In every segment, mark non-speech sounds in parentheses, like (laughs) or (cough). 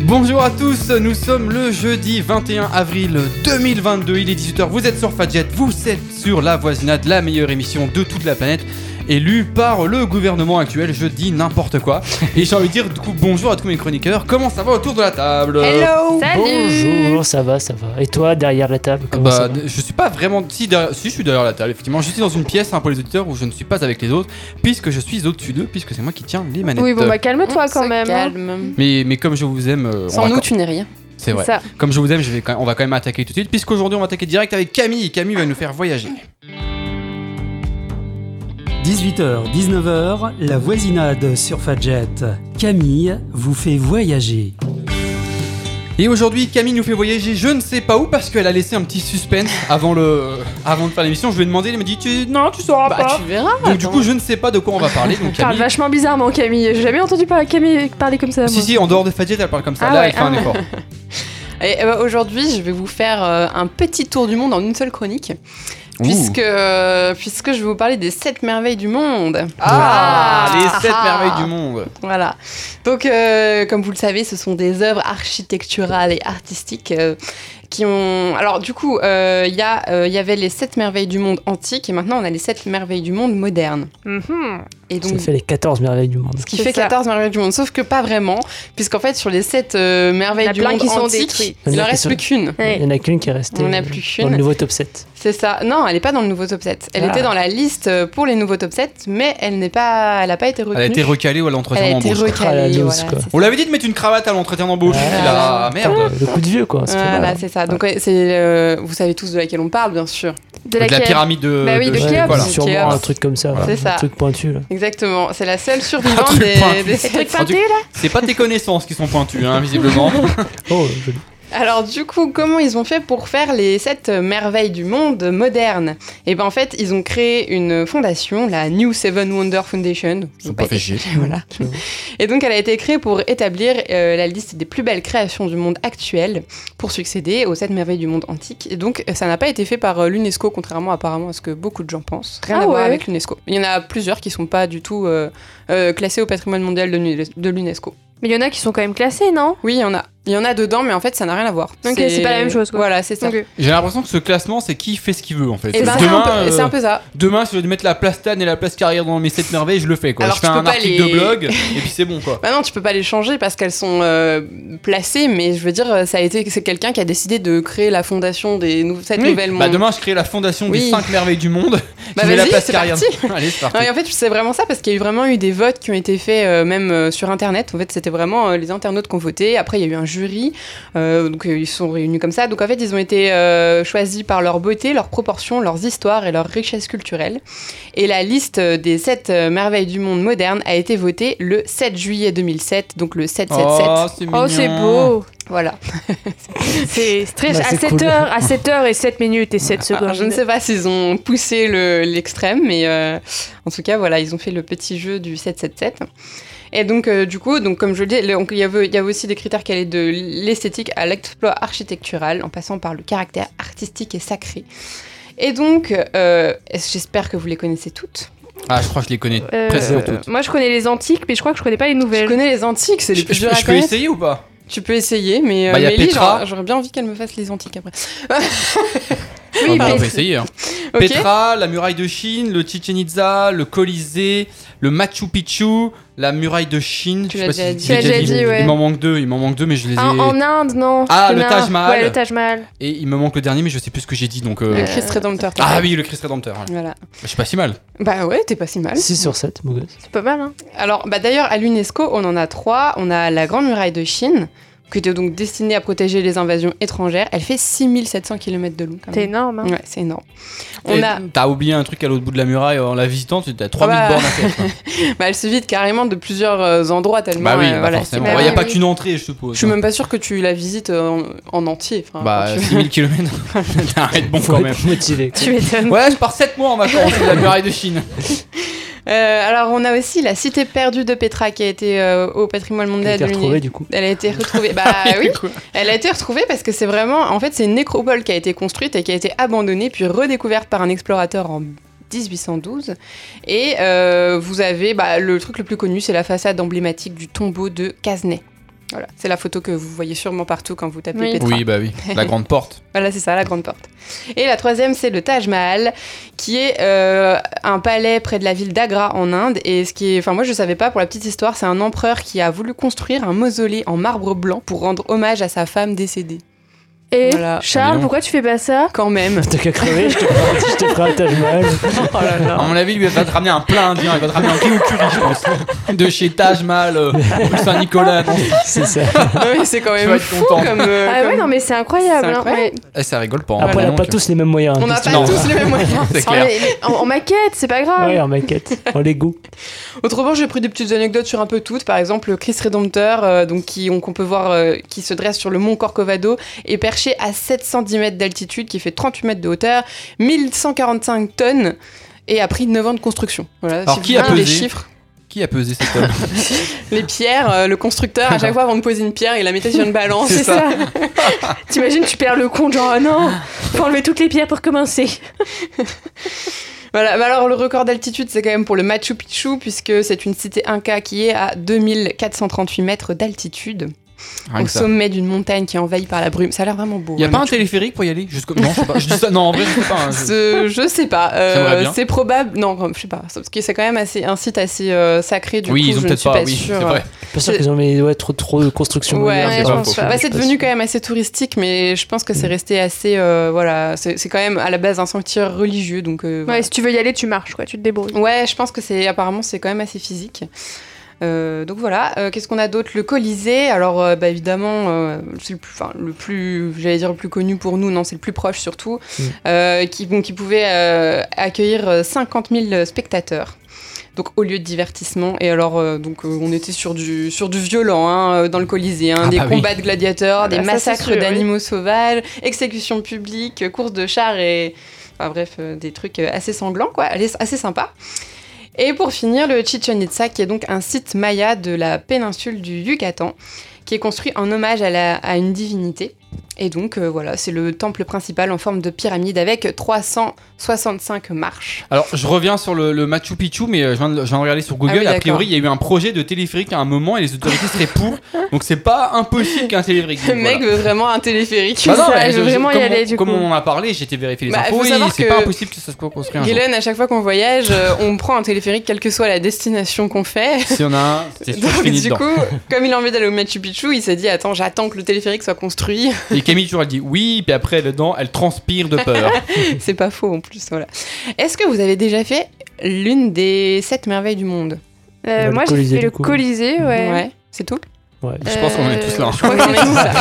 Bonjour à tous, nous sommes le jeudi 21 avril 2022, il est 18h, vous êtes sur Fadjet, vous êtes sur La Voisinade, la meilleure émission de toute la planète, élue par le gouvernement actuel, je dis (laughs) n'importe quoi. Et j'ai envie de dire du coup bonjour à tous mes chroniqueurs, comment ça va autour de la table Hello Salut Bonjour, ça va, ça va. Et toi, derrière la table, comment ça Bah, va d- je suis pas vraiment. Si, derrière- si, je suis derrière la table, effectivement. Je suis dans une pièce hein, pour les auditeurs où je ne suis pas avec les autres, puisque je suis au-dessus d'eux, puisque c'est moi qui tiens les manettes. Oui, bon, bah calme-toi Se quand même. hein. Calme. mais, mais comme je vous aime. euh, on Sans va nous, quand- tu n'es rien. C'est vrai. Ça. Comme je vous aime, je vais quand même- on va quand même attaquer tout de suite, puisqu'aujourd'hui on va attaquer direct avec Camille. Camille va nous faire voyager. 18h, 19h, la voisinade sur Fadjet. Camille vous fait voyager. Et aujourd'hui, Camille nous fait voyager, je ne sais pas où, parce qu'elle a laissé un petit suspense avant, le... euh, avant de faire l'émission. Je lui ai demandé, elle m'a dit tu- Non, tu sauras Bah, pas. tu verras. Ah, Donc du coup, je ne sais pas de quoi on va parler. Donc Parle Camille. vachement bizarrement, Camille. J'ai jamais entendu par- Camille parler comme ça. Si, moi. si, en dehors de Fadjet, elle parle comme ça. Ah Là, ouais, elle fait un ah. effort. Et, eh ben, Aujourd'hui, je vais vous faire euh, un petit tour du monde en une seule chronique. Ouh. Puisque, euh, puisque je vais vous parler des 7 merveilles du monde. Ah, Ah. les 7 Ah. merveilles du monde. Voilà. Donc, euh, comme vous le savez, ce sont des œuvres architecturales et artistiques euh, qui ont. Alors, du coup, euh, il y, a, euh, il y avait les sept merveilles du monde antique et maintenant on a les sept merveilles du monde moderne. Mhm. Et Ça donc, fait les 14 merveilles du monde. ce qui C'est fait ça. 14 merveilles du monde. Sauf que pas vraiment, puisqu'en fait, sur les sept euh, Il y merveilles en a du plein monde qui sont antique, détruites. il Il y en a en qui reste sont- plus qu'une. Il n'y Ouais. en a qu'une qui est restée On en a euh, plus qu'une. dans le nouveau top 7. C'est ça. Non, elle n'est pas dans le nouveau top 7. Elle Ah. était dans la liste euh, pour les nouveaux top 7, mais elle n'est pas, elle n'a pas été retenue. Elle a été recalée ou à Elle l'entretien a été d'embauche. quoi. recalée. Ah, la loose, voilà, quoi. c'est ça. On l'avait dit de mettre une cravate à l'entretien d'embauche. Ouais. Il a- merde. Le coup de vieux, quoi. c'est pas Voilà, mal. c'est ça. Donc, ouais, bah, c'est, euh, vous savez tous de laquelle on parle, bien sûr. De De la laquelle pyramide de. Bah oui, de Ouais, Khéops. Voilà. Khéops. Sûrement un truc comme ça. Voilà. ouais, C'est ça. Un truc pointu. là. Exactement. C'est la seule Un survivante truc des, pointu. des (laughs) Les trucs sept. peintés, là C'est pas tes connaissances qui sont pointues, hein, visiblement. Oh, joli. Alors, du coup, comment ils ont fait pour faire les sept merveilles du monde moderne Eh ben, en fait, ils ont créé une fondation, la New Seven Wonder Foundation. pas fait chier. Bah, Voilà. Et donc, elle a été créée pour établir euh, la liste des plus belles créations du monde actuel pour succéder aux sept merveilles du monde antique. Et donc, ça n'a pas été fait par euh, l'UNESCO, contrairement apparemment à ce que beaucoup de gens pensent. Rien Ah à voir ouais. avec l'UNESCO. Il y en a plusieurs qui sont pas du tout euh, euh, classés au patrimoine mondial de l'UNES- de l'UNESCO. Mais il y en a qui sont quand même classés, non Oui, il y en a. Il y en a dedans, mais en fait, ça n'a rien à voir. Ok, c'est pas la même chose, quoi. Voilà, c'est ça. Ok. J'ai l'impression que ce classement, c'est qui fait ce qu'il veut en fait. Et ben, c'est un, demain, peu- c'est euh, un peu ça. demain, si je veux mettre la place Tan et la place carrière dans mes 7 merveilles, je le fais quoi. Alors, je fais tu peux un pas article les- de (laughs) blog et puis c'est bon quoi. Bah non, tu peux pas les changer parce qu'elles sont euh, placées, mais je veux dire, ça a été, c'est quelqu'un qui a décidé de créer la fondation des nou- cette Oui. nouvelle Bah, monde. demain, je crée la fondation des Oui. 5 merveilles du monde. Bah, je mets la vas-y, place c'est carrière. parti. (laughs) Allez, c'est parti. Non, et en fait, c'est vraiment ça parce qu'il y a eu vraiment eu des votes qui ont été faits euh, même euh, sur internet. En fait, c'était vraiment euh, les internautes qui ont voté. Après, il y a eu un jury, euh, donc euh, ils se sont réunis comme ça. Donc en fait, ils ont été euh, choisis par leur beauté, leurs proportions, leurs histoires et leur richesse culturelle. Et la liste euh, des sept euh, merveilles du monde moderne a été votée le 7 juillet 2007, donc le 777. Oh, c'est mignon. Oh, c'est beau Voilà. C'est c'est très- Bah, à c'est 7h cool. à 7 heures et 7 minutes et 7 Alors, secondes. Ah, je ne sais pas s'ils ont poussé le- l'extrême, mais euh, en tout cas, voilà, ils ont fait le petit jeu du 777. Et donc, euh, du coup, donc, comme je le dis, le- donc, il, y avait, il y avait aussi des critères qui allaient de l'esthétique à l'exploit architectural, en passant par le caractère artistique et sacré. Et donc, euh, j'espère que vous les connaissez toutes. Ah, je crois que je les connais. Euh, Presque toutes. moi, je connais les antiques, mais je crois que je connais pas les Je nouvelles. connais les antiques, c'est les Je, plus je- durs à je peux connaître. essayer ou pas Tu peux essayer, mais, euh, Bah, il y a Mélie, Petra. j'aurais- j'aurais bien envie qu'elle me fasse les antiques après. Ah, Oui, bah, mais- On peut essayer. hein. Ok Petra, la muraille de Chine, le Chichen Itza, le Colisée, le Machu Picchu, la muraille de Chine. Tu je sais l'as pas déjà si dit. je Tu l'ai l'as déjà dit, ouais. Il m'en manque deux, il m'en manque deux, mais je les ai. en, en Inde, non Ah, Il y en le a Taj un. Mahal. Ouais, le Taj Mahal. Et il me manque le dernier, mais je sais plus ce que j'ai dit donc. euh, Le Christ Rédempteur. t'as Ah fait. oui, le Christ Rédempteur. ouais. Voilà. Je suis pas si mal. Bah ouais, t'es pas si mal. 6 sur 7, beau gosse. C'est pas mal, hein Alors, bah d'ailleurs, à l'UNESCO, on en a trois. On a la Grande Muraille de Chine, qui était donc destinée à protéger les invasions étrangères. Elle fait 6700 km de long. quand C'est même. énorme, hein. Ouais, c'est énorme. On Et a, T'as oublié un truc à l'autre bout de la muraille en la visitant, tu as 3000 Ah bah. bornes à (laughs) faire. quoi. bah, elle se vide carrément de plusieurs euh, endroits tellement. bah oui, euh, bah voilà, forcément. c'est- Il bah n'y a oui, pas oui. qu'une entrée, je suppose. hein. Je suis même pas sûre que tu la visites euh, en, en entier. enfin, quand Bah, tu- (laughs) 6000 (laughs) km. Arrête bon Faut quand même. être motivé. Tu m'étonnes. Ouais, je pars 7 mois en vacances, c'est la muraille de Chine. Euh, alors, on a aussi la cité perdue de Petra qui a été euh, au patrimoine T'as mondial été de l'UNESCO. retrouvé, du coup. Elle a (laughs) été retrouvée. Bah Ah, oui, elle a été retrouvée parce que c'est vraiment. En fait, c'est une nécropole qui a été construite et qui a été abandonnée puis redécouverte par un explorateur en 1812. Et euh, vous avez. Bah, le truc le plus connu, c'est la façade emblématique du tombeau de Casnay. Voilà. C'est la photo que vous voyez sûrement partout quand vous tapez Oui. Petra. Oui, bah oui. La grande porte. Voilà, c'est ça, la grande porte. Et la troisième, c'est le Taj Mahal, qui est euh, un palais près de la ville d'Agra en Inde. Et ce qui est, enfin, moi je savais pas. Pour la petite histoire, c'est un empereur qui a voulu construire un mausolée en marbre blanc pour rendre hommage à sa femme décédée. Et Voilà. Ah, dis donc. Charles, pourquoi tu fais pas ça Quand même. T'as qu'à crever, je te ferai- je te ferai un Taj Mahal. Oh là là. À mon avis, lui, il va te ramener un plat indien. Il va te ramener un kiwi curry, je pense. De chez Taj Mahal, euh, rue Saint-Nicolas. non, C'est ça. Non, mais Ah c'est quand Tu même vas être fou content. comme. euh, Ah ouais, comme- non, mais c'est incroyable. C'est hein. incroyable. Ouais. Eh, ça rigole pas. hein, Après, dis on n'a donc. pas tous les mêmes moyens. On n'a qu'est-ce pas que tu veux tous les mêmes moyens. (laughs) C'est En, clair. en- en maquette, c'est pas (laughs) grave. Ouais, en maquette, en Lego. Autrement, j'ai pris des petites anecdotes sur un peu toutes. Par exemple, Christ Rédempteur, euh, donc qui on qu'on peut voir, euh, qui se dresse sur le mont Corcovado, est perché à 710 mètres d'altitude, qui fait 38 mètres de hauteur, 1145 tonnes, et a pris 9 ans de construction. Voilà. Alors, si qui vous a voulez Ah, les pesé chiffres, Qui a pesé cet homme les pierres, euh, le constructeur, à (laughs) chaque fois avant de poser une pierre, il la mettait sur une balance. C'est C'est ça. (laughs) T'imagines, tu perds le compte, genre, ah non, faut enlever toutes les pierres pour commencer. (laughs) Voilà, bah alors le record d'altitude, c'est quand même pour le Machu Picchu, puisque c'est une cité inca qui est à 2438 mètres d'altitude, Rien au que ça. sommet d'une montagne qui est envahie par la brume. Ça a l'air vraiment beau. Il y a hein, pas un Machu téléphérique pour y aller Jusqu'au- Non, je sais pas. Je dis ça. Non, en vrai, je sais pas. hein, je- Ce- je sais pas. euh, J'aimerais bien. c'est probable. Non, je sais pas. Parce que c'est quand même assez, un site assez euh, sacré. Du Oui, coup, ils ont je ne peut-être suis pas. pas Oui, sûre. c'est vrai. Je suis Pas sûr qu'ils ont mis ouais, trop, trop de construction. Ouais, moderne, ouais, c'est je pas pense faux. pas. Bah, Je c'est suis pas devenu sûr. quand même assez touristique, mais je pense que c'est resté assez. euh, voilà, c'est c'est quand même à la base un sanctuaire religieux, donc. euh, voilà. Ouais, si tu veux y aller, tu marches, quoi, tu te débrouilles. Ouais, je pense que c'est apparemment c'est quand même assez physique. Euh, donc voilà, Euh, qu'est-ce qu'on a d'autre Le Colisée, alors euh, bah, évidemment, euh, c'est le plus, enfin, le plus, j'allais dire le plus connu pour nous, non, c'est le plus proche surtout, Mm. euh, qui, bon, qui pouvait euh, accueillir euh, 50 000 spectateurs. Donc au lieu de divertissement et alors euh, donc euh, on était sur du sur du violent hein, euh, dans le Colisée hein, Ah des bah oui. combats de gladiateurs, Ah des bah ça, c'est massacres sûr, oui. d'animaux sauvages, exécutions publiques, euh, courses de chars et enfin bref euh, des trucs euh, assez sanglants quoi, Allez, assez sympa. Et pour finir, le Chichen Itza, qui est donc un site maya de la péninsule du Yucatan, qui est construit en hommage à, la- à une divinité. Et donc euh, voilà, c'est le temple principal en forme de pyramide avec 365 marches. Alors, je reviens sur le, le Machu Picchu, mais euh, je viens de, je viens de regarder sur Google. Ah oui, a priori, il y a eu un projet de téléphérique à un moment et les autorités seraient pour. Donc, c'est pas impossible qu'un téléphérique. Le donc, mec voilà. veut vraiment un téléphérique. Bah non, ça, mais je veux vraiment y comme aller, on, du Comme coup. on en a parlé, j'ai été vérifier les Bah, infos. faut Oui, savoir c'est que- pas impossible que ça se construise un jour. Guylaine, à chaque fois qu'on voyage, euh, on prend un téléphérique, quelle que soit la destination qu'on fait. S'il y en a un, (laughs) c'est sûr que Donc je finis du dedans. coup, (laughs) comme il a envie d'aller au Machu Picchu, il s'est dit attends, j'attends que le téléphérique soit construit. Et Camille, toujours, elle dit oui, puis après, dedans, elle transpire de (laughs) peur. C'est pas faux en plus, voilà. Est-ce que vous avez déjà fait l'une des sept merveilles du monde Euh, Bah, Ouais, le moi, j'ai Colisée, fait du le coup. Colisée, ouais. c'est tout Ouais. Je pense qu'on est Euh, tous là. je crois (laughs) que On en (laughs) c'est est tout. tous là.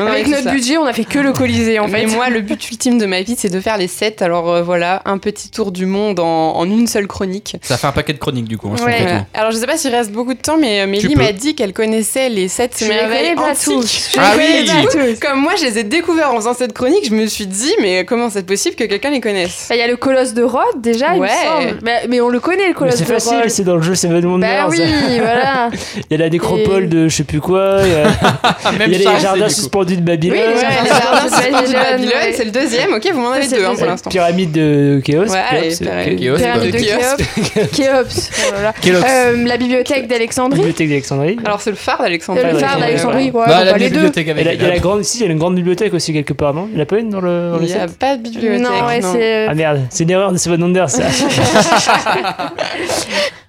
On en est Avec tous notre là. budget, on a fait que le Colisée, en fait. Mais moi, le but ultime de ma vie, c'est de faire les sept. Alors euh, voilà, un petit tour du monde en, en une seule chronique. Ça fait un paquet de chroniques, du coup. hein, je Ouais. trouve, Voilà. complètement. Alors je sais pas s'il reste beaucoup de temps, mais euh, Mélie peux. m'a dit qu'elle connaissait les sept Je les merveilles connais pas antiques. tous. Je Ah les oui. connais pas tous. Comme moi, je les ai découverts en faisant cette chronique, je me suis dit, mais comment c'est possible que quelqu'un les connaisse Bah, Il y a le colosse de Rhodes déjà, il me Ouais. semble. Mais, Bah, mais on le connaît, le Mais colosse c'est de Rhodes. facile, c'est dans le jeu, c'est le monde Bah meurt, oui, ça. voilà. (laughs) Il y a la nécropole de je sais plus quoi, il y a, Ah, il même y a ça, les jardins c'est du coup. suspendus de Babylone, Oui, ouais. Les (laughs) c'est ça, jardins suspendus de Babylone, Babylone, ouais. c'est le deuxième. Ok, vous m'en avez c'est deux hein, le pour deuxième. l'instant. pyramide de Chaos. Ouais, Chaos, allez, c'est- pareil. ok. Chaos, Pyramide de bah, (laughs) Khéops. Khéops. oh là là. Kellogg's. Euh, la bibliothèque d'Alexandrie. Bibliothèque d'Alexandrie. Alors c'est le phare d'Alexandrie. Euh, Le ouais, phare ouais, d'Alexandrie, ouais, Bah, bah, la les deux. bibliothèque Et avec là, il y a la les- grande, si, il y a une grande bibliothèque aussi quelque part, non Il y en a pas une dans le. Dans Il les n'y a sept pas de bibliothèque. Non, ouais, non. c'est. Ah merde, c'est une erreur de Seven Wonders, ça. (laughs)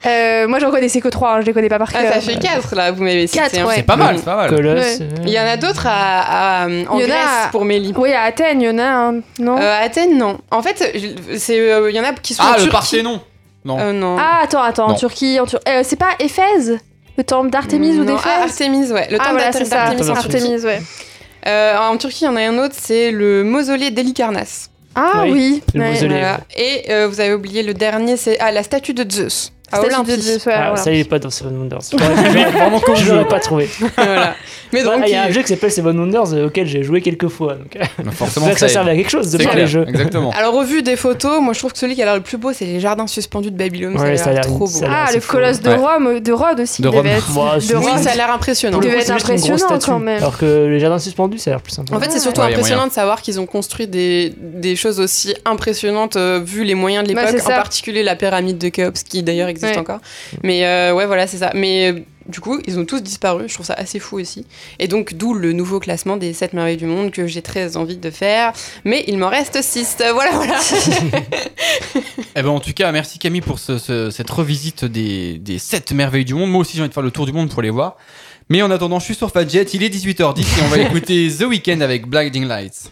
Euh, moi, j'en connaissais que trois, hein, je les connais pas par cœur. Ah, ça fait 4 là, vous m'avez cité. Quatre, hein. ouais. C'est pas mal, c'est pas mal. Colosse. Ouais. euh, Il y en a d'autres à, à- en Il y Ah, en a Grèce à- pour Mélie. Oui, à Athènes, il y en a un, non Euh, à Athènes, non. En fait, je- c'est, euh, il y en a qui sont en Ah, le Turquie. Parthénon. Non. Euh, non. Ah, attends, attends, Non. en Turquie. En Tur- euh, c'est pas Éphèse Le temple d'Artémise ou Non, ah, d'Éphèse Artémise, ouais. Le temple Ah, voilà, c'est d'Arté- ça. d'Artémise en Artémise. Artémise, Turquie. ouais. Euh, en Turquie, il y en a un autre, c'est le mausolée d'Hélicarnasse. Ah Oui, oui. le ouais. mausolée. Voilà. Et euh, vous avez oublié le dernier, c'est ah, la statue de Zeus. À Statue Olympie. de Zeus, ouais, Ah, voilà. ça, il est pas dans Seven (laughs) Wonders. Je l'aurais pas trouvé. Voilà. Mais Ah, donc, Il y a un il- jeu qui s'appelle Seven Wonders euh, auquel j'ai joué quelques fois. Donc, euh, (laughs) Bah, ça, Forcément, ça servait à quelque chose de C'est faire clair, les jeux. Exactement. Alors au vu des photos, moi je trouve que celui qui a l'air le plus beau, c'est les jardins suspendus de Babylone. Ouais, ça a l'air trop beau. ça a l'air Ah, assez le fou. colosse de Ouais. Rome, de Rhodes aussi. De il devait Rome. être- Moi, de c'est- Rome. Oui, ça a l'air impressionnant. Pour le devait coup, être c'est juste une grosse impressionnant, statue. quand même. Alors que les jardins suspendus, ça a l'air plus sympa. En fait, c'est surtout Ouais, y a impressionnant moyen. de savoir qu'ils ont construit des, des choses aussi impressionnantes euh, vu les moyens de Ouais, l'époque, Bah, c'est en ça. particulier la pyramide de Khéops qui d'ailleurs existe Ouais. encore. Mais euh, ouais, voilà, c'est ça. Mais euh, Du coup, ils ont tous disparu. Je trouve ça assez fou aussi. Et donc, d'où le nouveau classement des 7 merveilles du monde que j'ai très envie de faire. Mais il m'en reste 6. Voilà, (laughs) voilà. Eh ben, en tout cas, merci Camille pour ce- ce- cette revisite des, des 7 merveilles du monde. Moi aussi, j'ai envie de faire le tour du monde pour les voir. Mais en attendant, je suis sur Fadjet, il est 18h10 et (laughs) on va écouter The Weeknd avec Blinding Lights.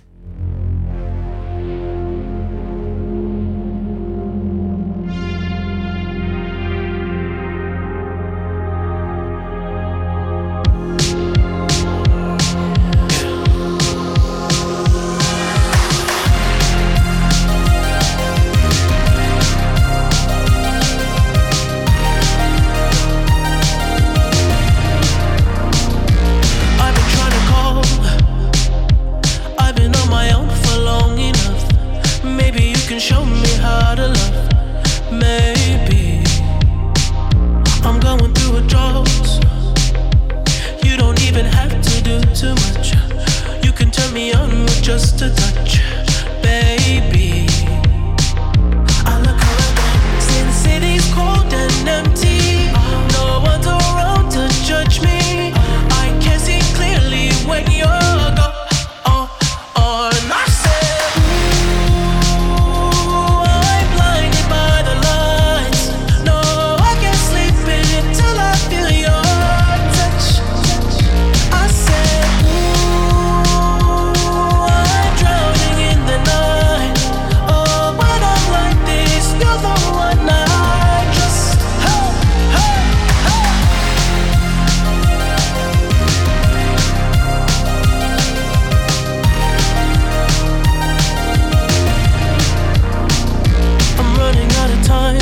I've been trying to call. I've been on my own for long enough. Maybe you can show me how to love. Maybe I'm going through a drought. You don't even have to do too much. You can turn me on with just a touch, baby. I look around, since city's cold and empty. No one's around to judge me. I can see clearly when you're gone. I said, Ooh, I'm blinded by the lights. No, I can't sleep until I feel your touch. I said, Ooh, I'm drowning in the night. Oh, when I'm like this, you're the one I trust. Hey, hey, hey. I'm running out of time.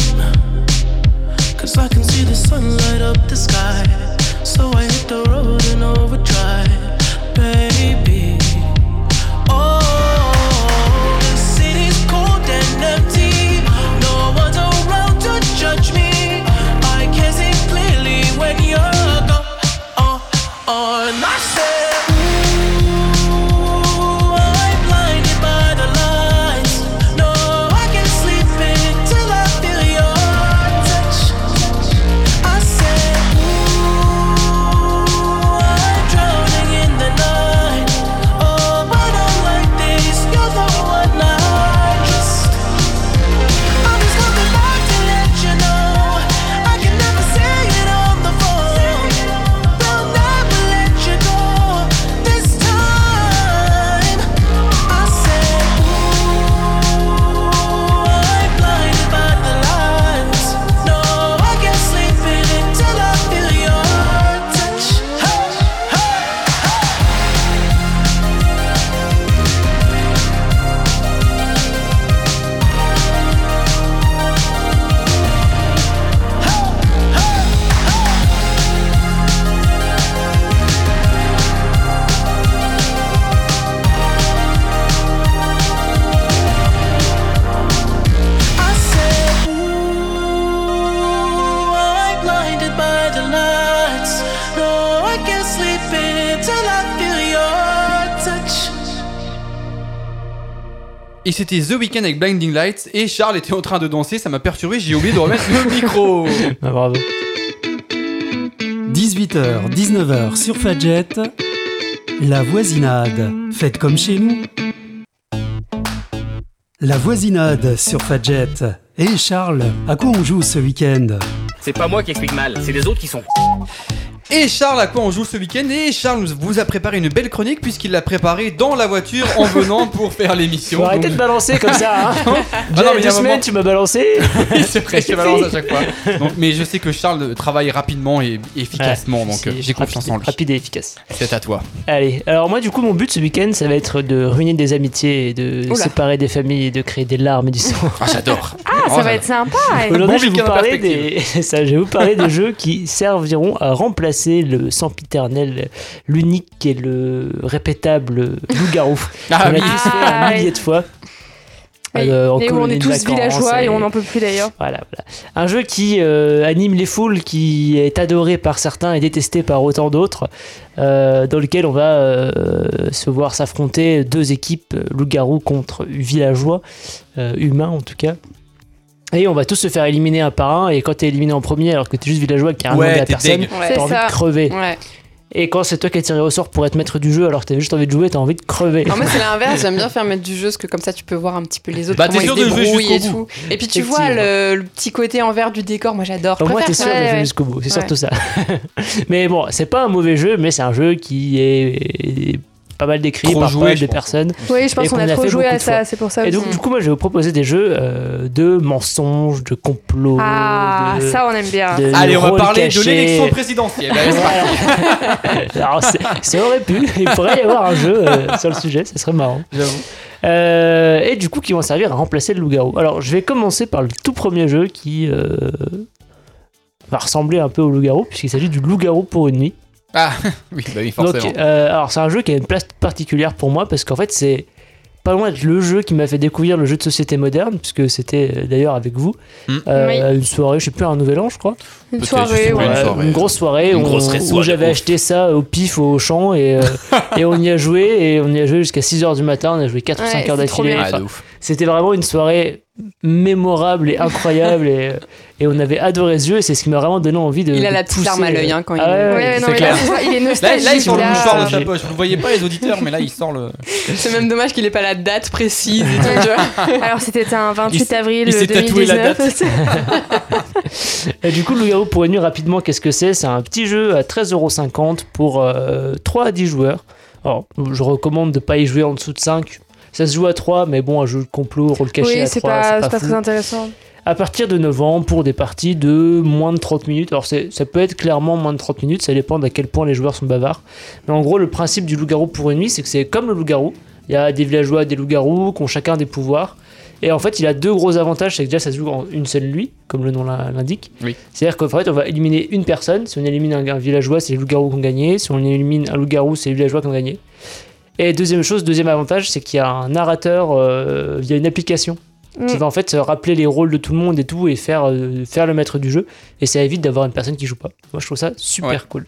Cause I can see the sun light up the sky. So I hit the road and overdrive, baby. Oh, the city's cold and empty. No one's around to judge me. I can see clearly when you're gone. On I said, Ooh, I'm blinded by the lights. No, I can't sleep until I feel your touch. I said, Ooh, I'm drowning in the night. Oh, but I'm like this, you're the one I trust. I'm just coming back to let you know I can never say it on the phone. They'll never let you go this time. I said, Ooh, I'm blinded by the lights. No, I can't sleep until I feel your touch. Hey, hey, hey. I said, Ooh, I'm blinded by the lights. No, I can't sleep until I feel your touch. Et c'était The Weeknd avec Blinding Lights et Charles était en train de danser, ça m'a perturbé, j'ai oublié de remettre le micro. (laughs) Ah, bravo. 18h, 19h sur Fadjet, la voisinade. Faites comme chez nous. La voisinade sur Fadjet. Et Charles, à quoi on joue ce week-end (laughs) C'est pas moi qui explique mal, c'est les autres qui sont. Et Charles, à quoi on joue ce week-end Et Charles nous- vous a préparé une belle chronique puisqu'il l'a préparée dans la voiture en venant pour faire l'émission. Faut arrêter Donc- de balancer comme ça. Hein. (laughs) Ah non, Déjà, mais il il y y deux a un moment- semaines, tu m'as (laughs) balancé. c'est vrai, je balance à chaque fois. (laughs) Donc, mais je sais que Charles travaille rapidement et efficacement, Ouais, donc c'est euh, j'ai confiance rapide- en lui. Rapide et efficace. C'est à toi. (laughs) Allez, alors moi du coup mon but ce week-end ça va être de ruiner des amitiés, et de Oula. séparer des familles et de créer des larmes et du sang. Ah, j'adore. Ah, ça va être sympa. ouais. Aujourd'hui bon je, vais vous week-end en parler des... (laughs) ça, je vais vous parler (laughs) de jeux qui serviront à remplacer le sempiternel, l'unique et le répétable loup-garou. Ah on a oui. tous fait un Ah, millier de fois. Oui. Euh, en Et où on colonie est de tous vacances, villageois et et- on n'en peut plus d'ailleurs. Voilà, voilà. Un jeu qui euh, anime les foules, qui est adoré par certains et détesté par autant d'autres, euh, dans lequel on va euh, se voir s'affronter deux équipes, euh, loup-garou contre villageois, euh, humains en tout cas. Et on va tous se faire éliminer un par un. Et quand t'es éliminé en premier, alors que t'es juste villageois qui a rien Ouais, demandé à t'es personne, deg. Ouais. t'as C'est envie ça. de crever. Ouais. Et quand c'est toi qui es tiré au sort pour être maître du jeu, alors que t'as juste envie de jouer, t'as envie de crever. Non, moi, c'est l'inverse. J'aime bien faire mettre du jeu, parce que comme ça, tu peux voir un petit peu les autres. Bah, comment t'es ils sûr se de jouer débrouillent et jusqu'au tout. Et puis, tu vois le, le petit côté envers du décor. Moi, j'adore. Je Au moins, t'es sûr préfère ça. de ouais, jouer ouais. jusqu'au bout, c'est surtout ça. (laughs) mais bon, c'est pas un mauvais jeu, mais c'est un jeu qui est pas mal décrit Trop par joué, pas mal je de pense. personnes. Oui, je Et pense qu'on qu'on a a trop fait joué beaucoup à de ça, c'est pour ça Et aussi. donc, du coup, moi, je vais vous proposer des jeux euh, de mensonges, de complots. Ah, de- ça, on aime bien. de Allez, on va rôles parler de cachés. l'élection présidentielle. Allez, c'est (laughs) parti. Alors, c'est- ça aurait pu, il pourrait y avoir un jeu euh, sur le sujet, ça serait marrant. J'avoue. Euh, et du coup, qui vont servir à remplacer le loup-garou. Alors, je vais commencer par le tout premier jeu qui euh, va ressembler un peu au loup-garou, puisqu'il s'agit du loup-garou pour une nuit. Ah, oui, bah oui, forcément. Donc, euh, alors c'est un jeu qui a une place particulière pour moi parce qu'en fait c'est pas loin d'être le jeu qui m'a fait découvrir le jeu de société moderne puisque c'était euh, d'ailleurs avec vous Mm. euh, Oui. à une soirée, je sais plus un nouvel an je crois, Une peut-être soirée, justement. ouais. Une Ouais, soirée. une grosse soirée Une où, grosse on- réseau, où j'avais ouf. acheté ça au pif au champ et, (laughs) euh, et on y a joué et on y a joué jusqu'à 6h du matin, on a joué 4 ou Ouais, 5 heures c'est trop d'affilée. bien. Enfin, Ah, de ouf. c'était vraiment une soirée mémorable et incroyable et, euh, et on avait adoré ce jeu et c'est ce qui m'a vraiment donné envie de Il a de la petite pousser, larme à l'œil, euh, hein, quand il- ah ouais, Ouais, ouais. ouais, non, c'est mais clair. là, c'est ça, il est Là, nostalgique. là, il sort le là. mouchoir Ah. dans sa J'ai- poche. Vous voyez pas les auditeurs, mais là, il sort le. C'est même dommage qu'il ait pas la date précise. et tout, tu vois. (laughs) Alors, c'était un 28 avril il s'est tatoué la 2019. (laughs) Et du coup, le garou pour une nuit, rapidement, qu'est-ce que c'est C'est un petit jeu à 13,50€ pour euh, 3 à 10 joueurs. Alors, je recommande de pas y jouer en dessous de 5. Ça se joue à 3, mais bon, un jeu de complot, rôle caché oui, à c'est 3, pas, c'est c'est pas fou. très intéressant. À partir de 9 ans, pour des parties de moins de 30 minutes. Alors, c'est- ça peut être clairement moins de 30 minutes, ça dépend à quel point les joueurs sont bavards. Mais en gros, le principe du loup-garou pour une nuit, c'est que c'est comme le loup-garou. Il y a des villageois, des loups-garous, qui ont chacun des pouvoirs. Et en fait, il a deux gros avantages c'est que déjà, ça se joue en une seule nuit, comme le nom l'in- l'indique. Oui. C'est-à-dire qu'en fait, on va éliminer une personne. Si on élimine un, un villageois, c'est les loups-garous qui ont gagné. Si on élimine un loup-garou, c'est les villageois qui ont gagné. Et deuxième chose, deuxième avantage, c'est qu'il y a un narrateur euh, via une application qui Mm. va en fait euh, rappeler les rôles de tout le monde et tout et faire, euh, faire le maître du jeu. Et ça évite d'avoir une personne qui joue pas. Moi je trouve ça super Ouais. cool.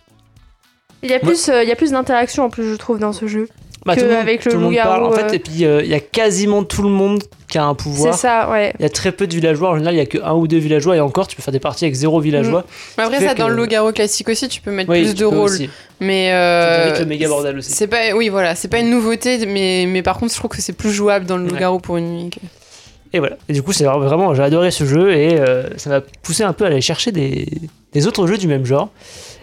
(laughs) Il y a plus, euh, il y a plus d'interaction en plus, je trouve, dans ce jeu. Bah, Que tout le monde, avec le tout monde parle, loup-garou, en fait, euh, et puis euh, il y a quasiment tout le monde qui a un C'est pouvoir. ça, ouais. Il y a très peu de villageois. En général, il y a que un ou deux villageois et encore, tu peux faire des parties avec zéro Mm. villageois. Mais après, Fait ça, que- dans le loup-garou classique aussi, tu peux mettre Oui, plus tu de peux rôles. aussi. Mais. Ça euh, t'évite le méga bordel aussi. C'est pas, oui, voilà, c'est pas une nouveauté, mais, mais par contre, je trouve que c'est plus jouable dans le Ouais. loup-garou pour une nuit. que- Et voilà. Et du coup, c'est vraiment- vraiment, j'ai adoré ce jeu et euh, ça m'a poussé un peu à aller chercher des, des autres jeux du même genre.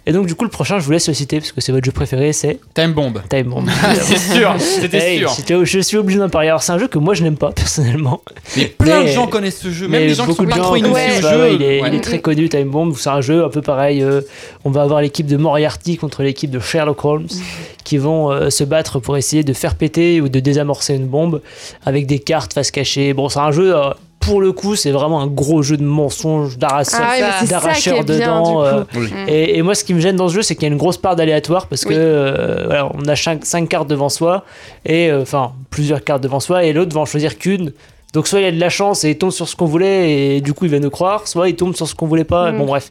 Et donc, du coup, le prochain, je vous laisse le citer parce que c'est votre jeu préféré, c'est Time bomb. Time Bomb. (laughs) C'est sûr, c'était Hey, sûr. c'était- je suis obligé d'en parler. Alors, c'est un jeu que moi je n'aime pas (laughs) personnellement. Mais plein de Mais- gens connaissent ce jeu, même Mais les gens qui beaucoup sont de pas gens trop connaissent initiés au pas, ouais, jeu. il, est, Ouais. il est très connu, Time Bomb. C'est un jeu un peu pareil. euh, on va avoir l'équipe de Moriarty contre l'équipe de Sherlock Holmes Mhm. qui vont euh, se battre pour essayer de faire péter ou de désamorcer une bombe avec des cartes face cachée. Bon, c'est un jeu. euh, pour le coup, c'est vraiment un gros jeu de mensonges, d'arrache- Ah, ouais, mais c'est ça qui d'arracheurs est bien, du dedans. euh, coup. et, et moi, ce qui me gêne dans ce jeu, c'est qu'il y a une grosse part d'aléatoire parce que Oui. euh, voilà, on a 5 cartes devant soi, et euh, enfin plusieurs cartes devant soi, et l'autre va en choisir qu'une. Donc soit il y a de la chance et il tombe sur ce qu'on voulait et du coup il va nous croire, soit il tombe sur ce qu'on voulait pas. Mm. Bon bref.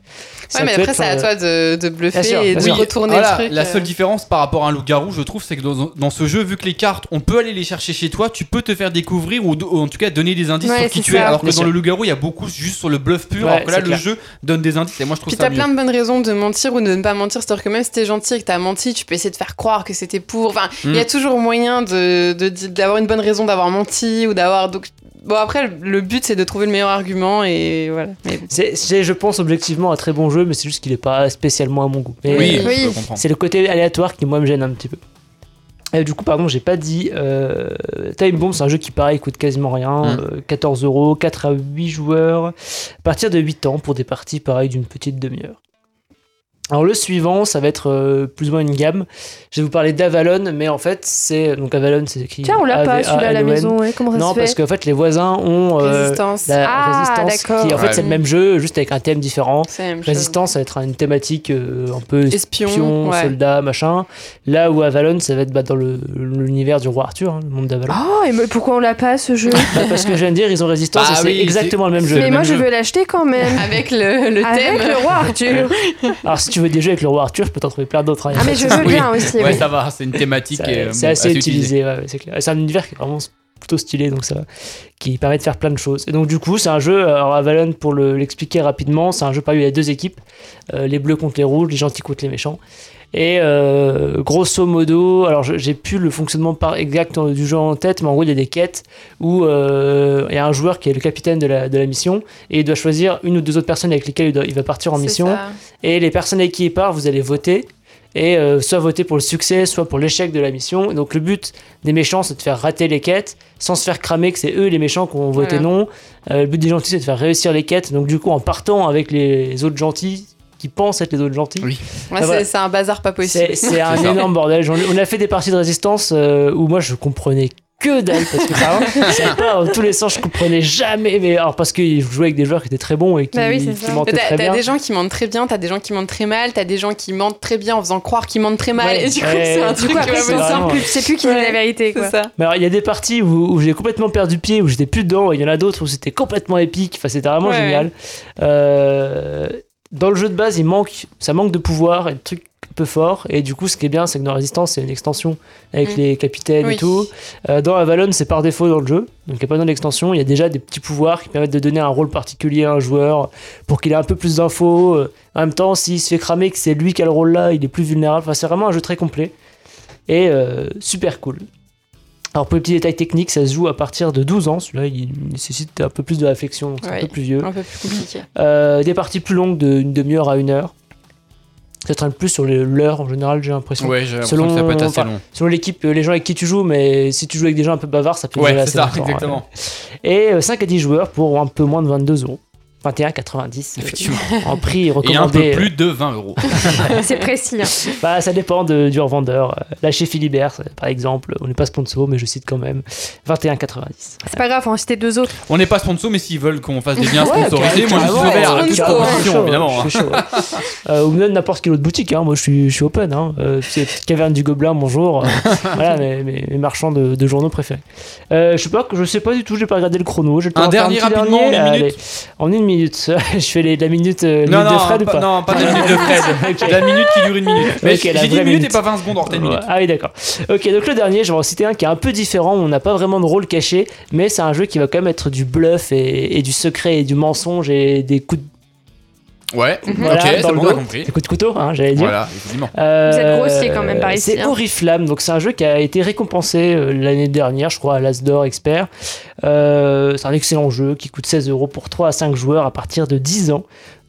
Ça Ouais, mais peut après, être, c'est à euh, toi de, de bluffer bien sûr, et de bien sûr. retourner Voilà, le truc. La euh. seule différence par rapport à un loup-garou, je trouve, c'est que dans, dans ce jeu, vu que les cartes, on peut aller les chercher chez toi, tu peux te faire découvrir ou, do- ou en tout cas donner des indices Ouais, sur qui c'est tu ça. es. Alors que Bien dans sûr. le loup-garou, il y a beaucoup juste sur le bluff pur. Ouais, alors que là, c'est le clair. jeu donne des indices. Et moi, je trouve Puis ça t'as mieux. plein de bonnes raisons de mentir ou de ne pas mentir. C'est-à-dire que même si t'es gentil et que t'as menti, tu peux essayer de faire croire que c'était pour. Enfin, il Hmm. y a toujours moyen de de- de- d'avoir une bonne raison d'avoir menti ou d'avoir. Donc, bon, après, le but c'est de trouver le meilleur argument et voilà. Mais bon. C'est, c'est, je pense objectivement un très bon jeu, mais c'est juste qu'il est pas spécialement à mon goût. Mais, Oui, euh, je peux Oui. comprendre. c'est le côté aléatoire qui moi me gêne un petit peu. Et du coup, pardon, j'ai pas dit. euh, Time Bomb, c'est un jeu qui, pareil, coûte quasiment rien. Mm. euh, 14 euros, 4 à 8 joueurs. À partir de 8 ans pour des parties, pareil, d'une petite demi-heure. Alors, le suivant, ça va être euh, plus ou moins une gamme. Je vais vous parler d'Avalon, mais en fait, c'est. Donc, Avalon, c'est écrit. Tiens, on l'a pas celui-là à la A-V-A-L-O-N. maison, ouais. comment ça Non, se parce fait qu'en fait, les voisins ont. euh, Résistance. la Ah, résistance, d'accord. qui en fait, Ouais. c'est le même jeu, juste avec un thème différent. C'est la même chose. Résistance, ça va être une thématique euh, un peu Espion, espion, ouais. soldat, machin. Là où Avalon, ça va être bah, dans le- l'univers du roi Arthur, hein, le monde d'Avalon. Oh, et mais pourquoi on l'a pas ce jeu Bah, parce que je viens de dire, ils ont résistance Bah et c'est oui, exactement le même jeu. le Mais moi même je jeu. veux l'acheter quand même. Avec le, le Avec thème. le roi Arthur. Alors si tu veux des jeux avec le roi Arthur, je peux t'en trouver plein d'autres. hein, y a Ah, mais (laughs) pas de je souci. veux bien aussi. Ouais, oui. ça va, c'est une thématique. Ça- euh, C'est bon, assez utilisée. utilisé, ouais, ouais, c'est clair. C'est un univers qui est vraiment plutôt stylé, donc ça, qui permet de faire plein de choses. Et donc du coup, c'est un jeu, alors Avalon, pour le- l'expliquer rapidement, c'est un jeu paru il y a deux équipes, euh, les bleus contre les rouges, les gentils contre les méchants. Et euh, grosso modo, alors je- j'ai plus le fonctionnement par exact en- du jeu en tête, mais en gros il y a des quêtes où euh, il y a un joueur qui est le capitaine de la, de la mission et il doit choisir une ou deux autres personnes avec lesquelles il, doit- il va partir en C'est mission. ça. Et les personnes avec qui il part, vous allez voter. Et euh, soit voter pour le succès, soit pour l'échec de la mission. Et donc le but des méchants, c'est de faire rater les quêtes, sans se faire cramer que c'est eux les méchants qui ont voté Voilà. non. Euh, le but des gentils, c'est de faire réussir les quêtes. Donc du coup, en partant avec les autres gentils, qui pensent être les autres gentils, Oui. Ouais, Ah, c'est- voilà. c'est un bazar pas possible. c'est c'est un (laughs) C'est ça. énorme bordel. J'en ai- on a fait des parties de résistance euh, où moi je comprenais que dalle parce que par (laughs) exemple, ça part dans tous les sens, je comprenais jamais. Mais alors parce que je jouais avec des joueurs qui étaient très bons et qui, Bah oui, c'est qui ça. mentaient T'as très t'as bien. des gens qui mentent très bien, t'as des gens qui mentent très mal, t'as des gens qui mentent très bien en faisant croire qu'ils mentent très mal. Ouais. Et du coup, Ouais, c'est un du Du truc coup, qui après, va c'est c'est me vraiment- simple, tu sais plus qui est la vérité, quoi. C'est ça. Mais alors, il y a des parties où, où j'ai complètement perdu pied, où j'étais plus dedans, et il y en a d'autres où c'était complètement épique. Enfin, c'était vraiment Ouais. génial. Euh, dans le jeu de base, il manque, ça manque de pouvoir et de trucs un peu forts. Et du coup, ce qui est bien, c'est que dans Resistance, c'est une extension avec Mm. les capitaines et Oui. tout. Euh, dans Avalon, c'est par défaut dans le jeu. Donc, il n'y a pas besoin d'extension. Il y a déjà des petits pouvoirs qui permettent de donner un rôle particulier à un joueur pour qu'il ait un peu plus d'infos. Euh, En même temps, s'il se fait cramer que c'est lui qui a le rôle là, il est plus vulnérable. Enfin, c'est vraiment un jeu très complet et euh, super cool. Alors pour les petits détails techniques, ça se joue à partir de 12 ans. Celui-là, il nécessite un peu plus de réflexion, donc c'est un Ouais. peu plus vieux. Un peu plus compliqué. Euh, des parties plus longues, d'une demi-heure à une heure. Ça traîne plus sur les- l'heure en général, j'ai l'impression. Ouais, j'ai l'impression Selon- que ça peut être assez enfin, long. Selon l'équipe, euh, les gens avec qui tu joues, mais si tu joues avec des gens un peu bavards, ça peut durer Ouais, c'est assez ça, longtemps, ouais. exactement. Et euh, 5 à 10 joueurs pour un peu moins de 22 euros. 21,90 euh, Effectivement. en prix Et un peu recommandé. plus de 20 euros. (laughs) C'est précis. hein. Bah, ça dépend de- du revendeur. Euh, Là, chez Philibert, ça, par exemple, on n'est pas sponsor, mais je cite quand même 21,90. C'est pas grave, on va en citer deux autres. On n'est pas sponsor, mais s'ils veulent qu'on fasse des (laughs) biens Ouais, sponsorisés, moi je suis carrément, ouvert à toute carrément, je suis chaud, proposition, évidemment. hein. je suis chaud, ouais. (laughs) Euh, ou même n'importe quelle autre boutique, hein. moi je suis, je suis open. Hein. Euh, c'est Caverne du Gobelin, (laughs) bonjour. Euh, voilà, mes, mes- mes marchands de, de journaux préférés. Euh, je sais pas, que- je sais pas du tout, j'ai pas regardé le chrono. J'ai le temps Un d'en faire dernier petit rapidement, en une Allez, minute en une minute. (laughs) je fais les, la minute, euh, Non, minute de non, Fred ou pas, pas (laughs) non, pas de minute de Fred. Ok. La minute qui dure une minute. Mais Ok, la j'ai dit vraie une minute et minute. pas 20 secondes, or t'as une minute. Ah oui, d'accord. Ok, donc le dernier, je vais en citer un qui est un peu différent. On n'a pas vraiment de rôle caché, mais c'est un jeu qui va quand même être du bluff et, et du secret et du mensonge et des coups de, Ouais, Mhm. ok, Voilà, c'est dans le bon, on a dos. compris. des coups de couteau, hein, j'allais dire. Euh, Voilà, effectivement. Vous êtes grossier quand même par ici, C'est hein. Oriflamme, donc c'est un jeu qui a été récompensé euh, l'année dernière, je crois, à l'Asdor Expert. Euh, c'est un excellent jeu qui coûte 16 euros pour 3 à 5 joueurs à partir de 10 ans.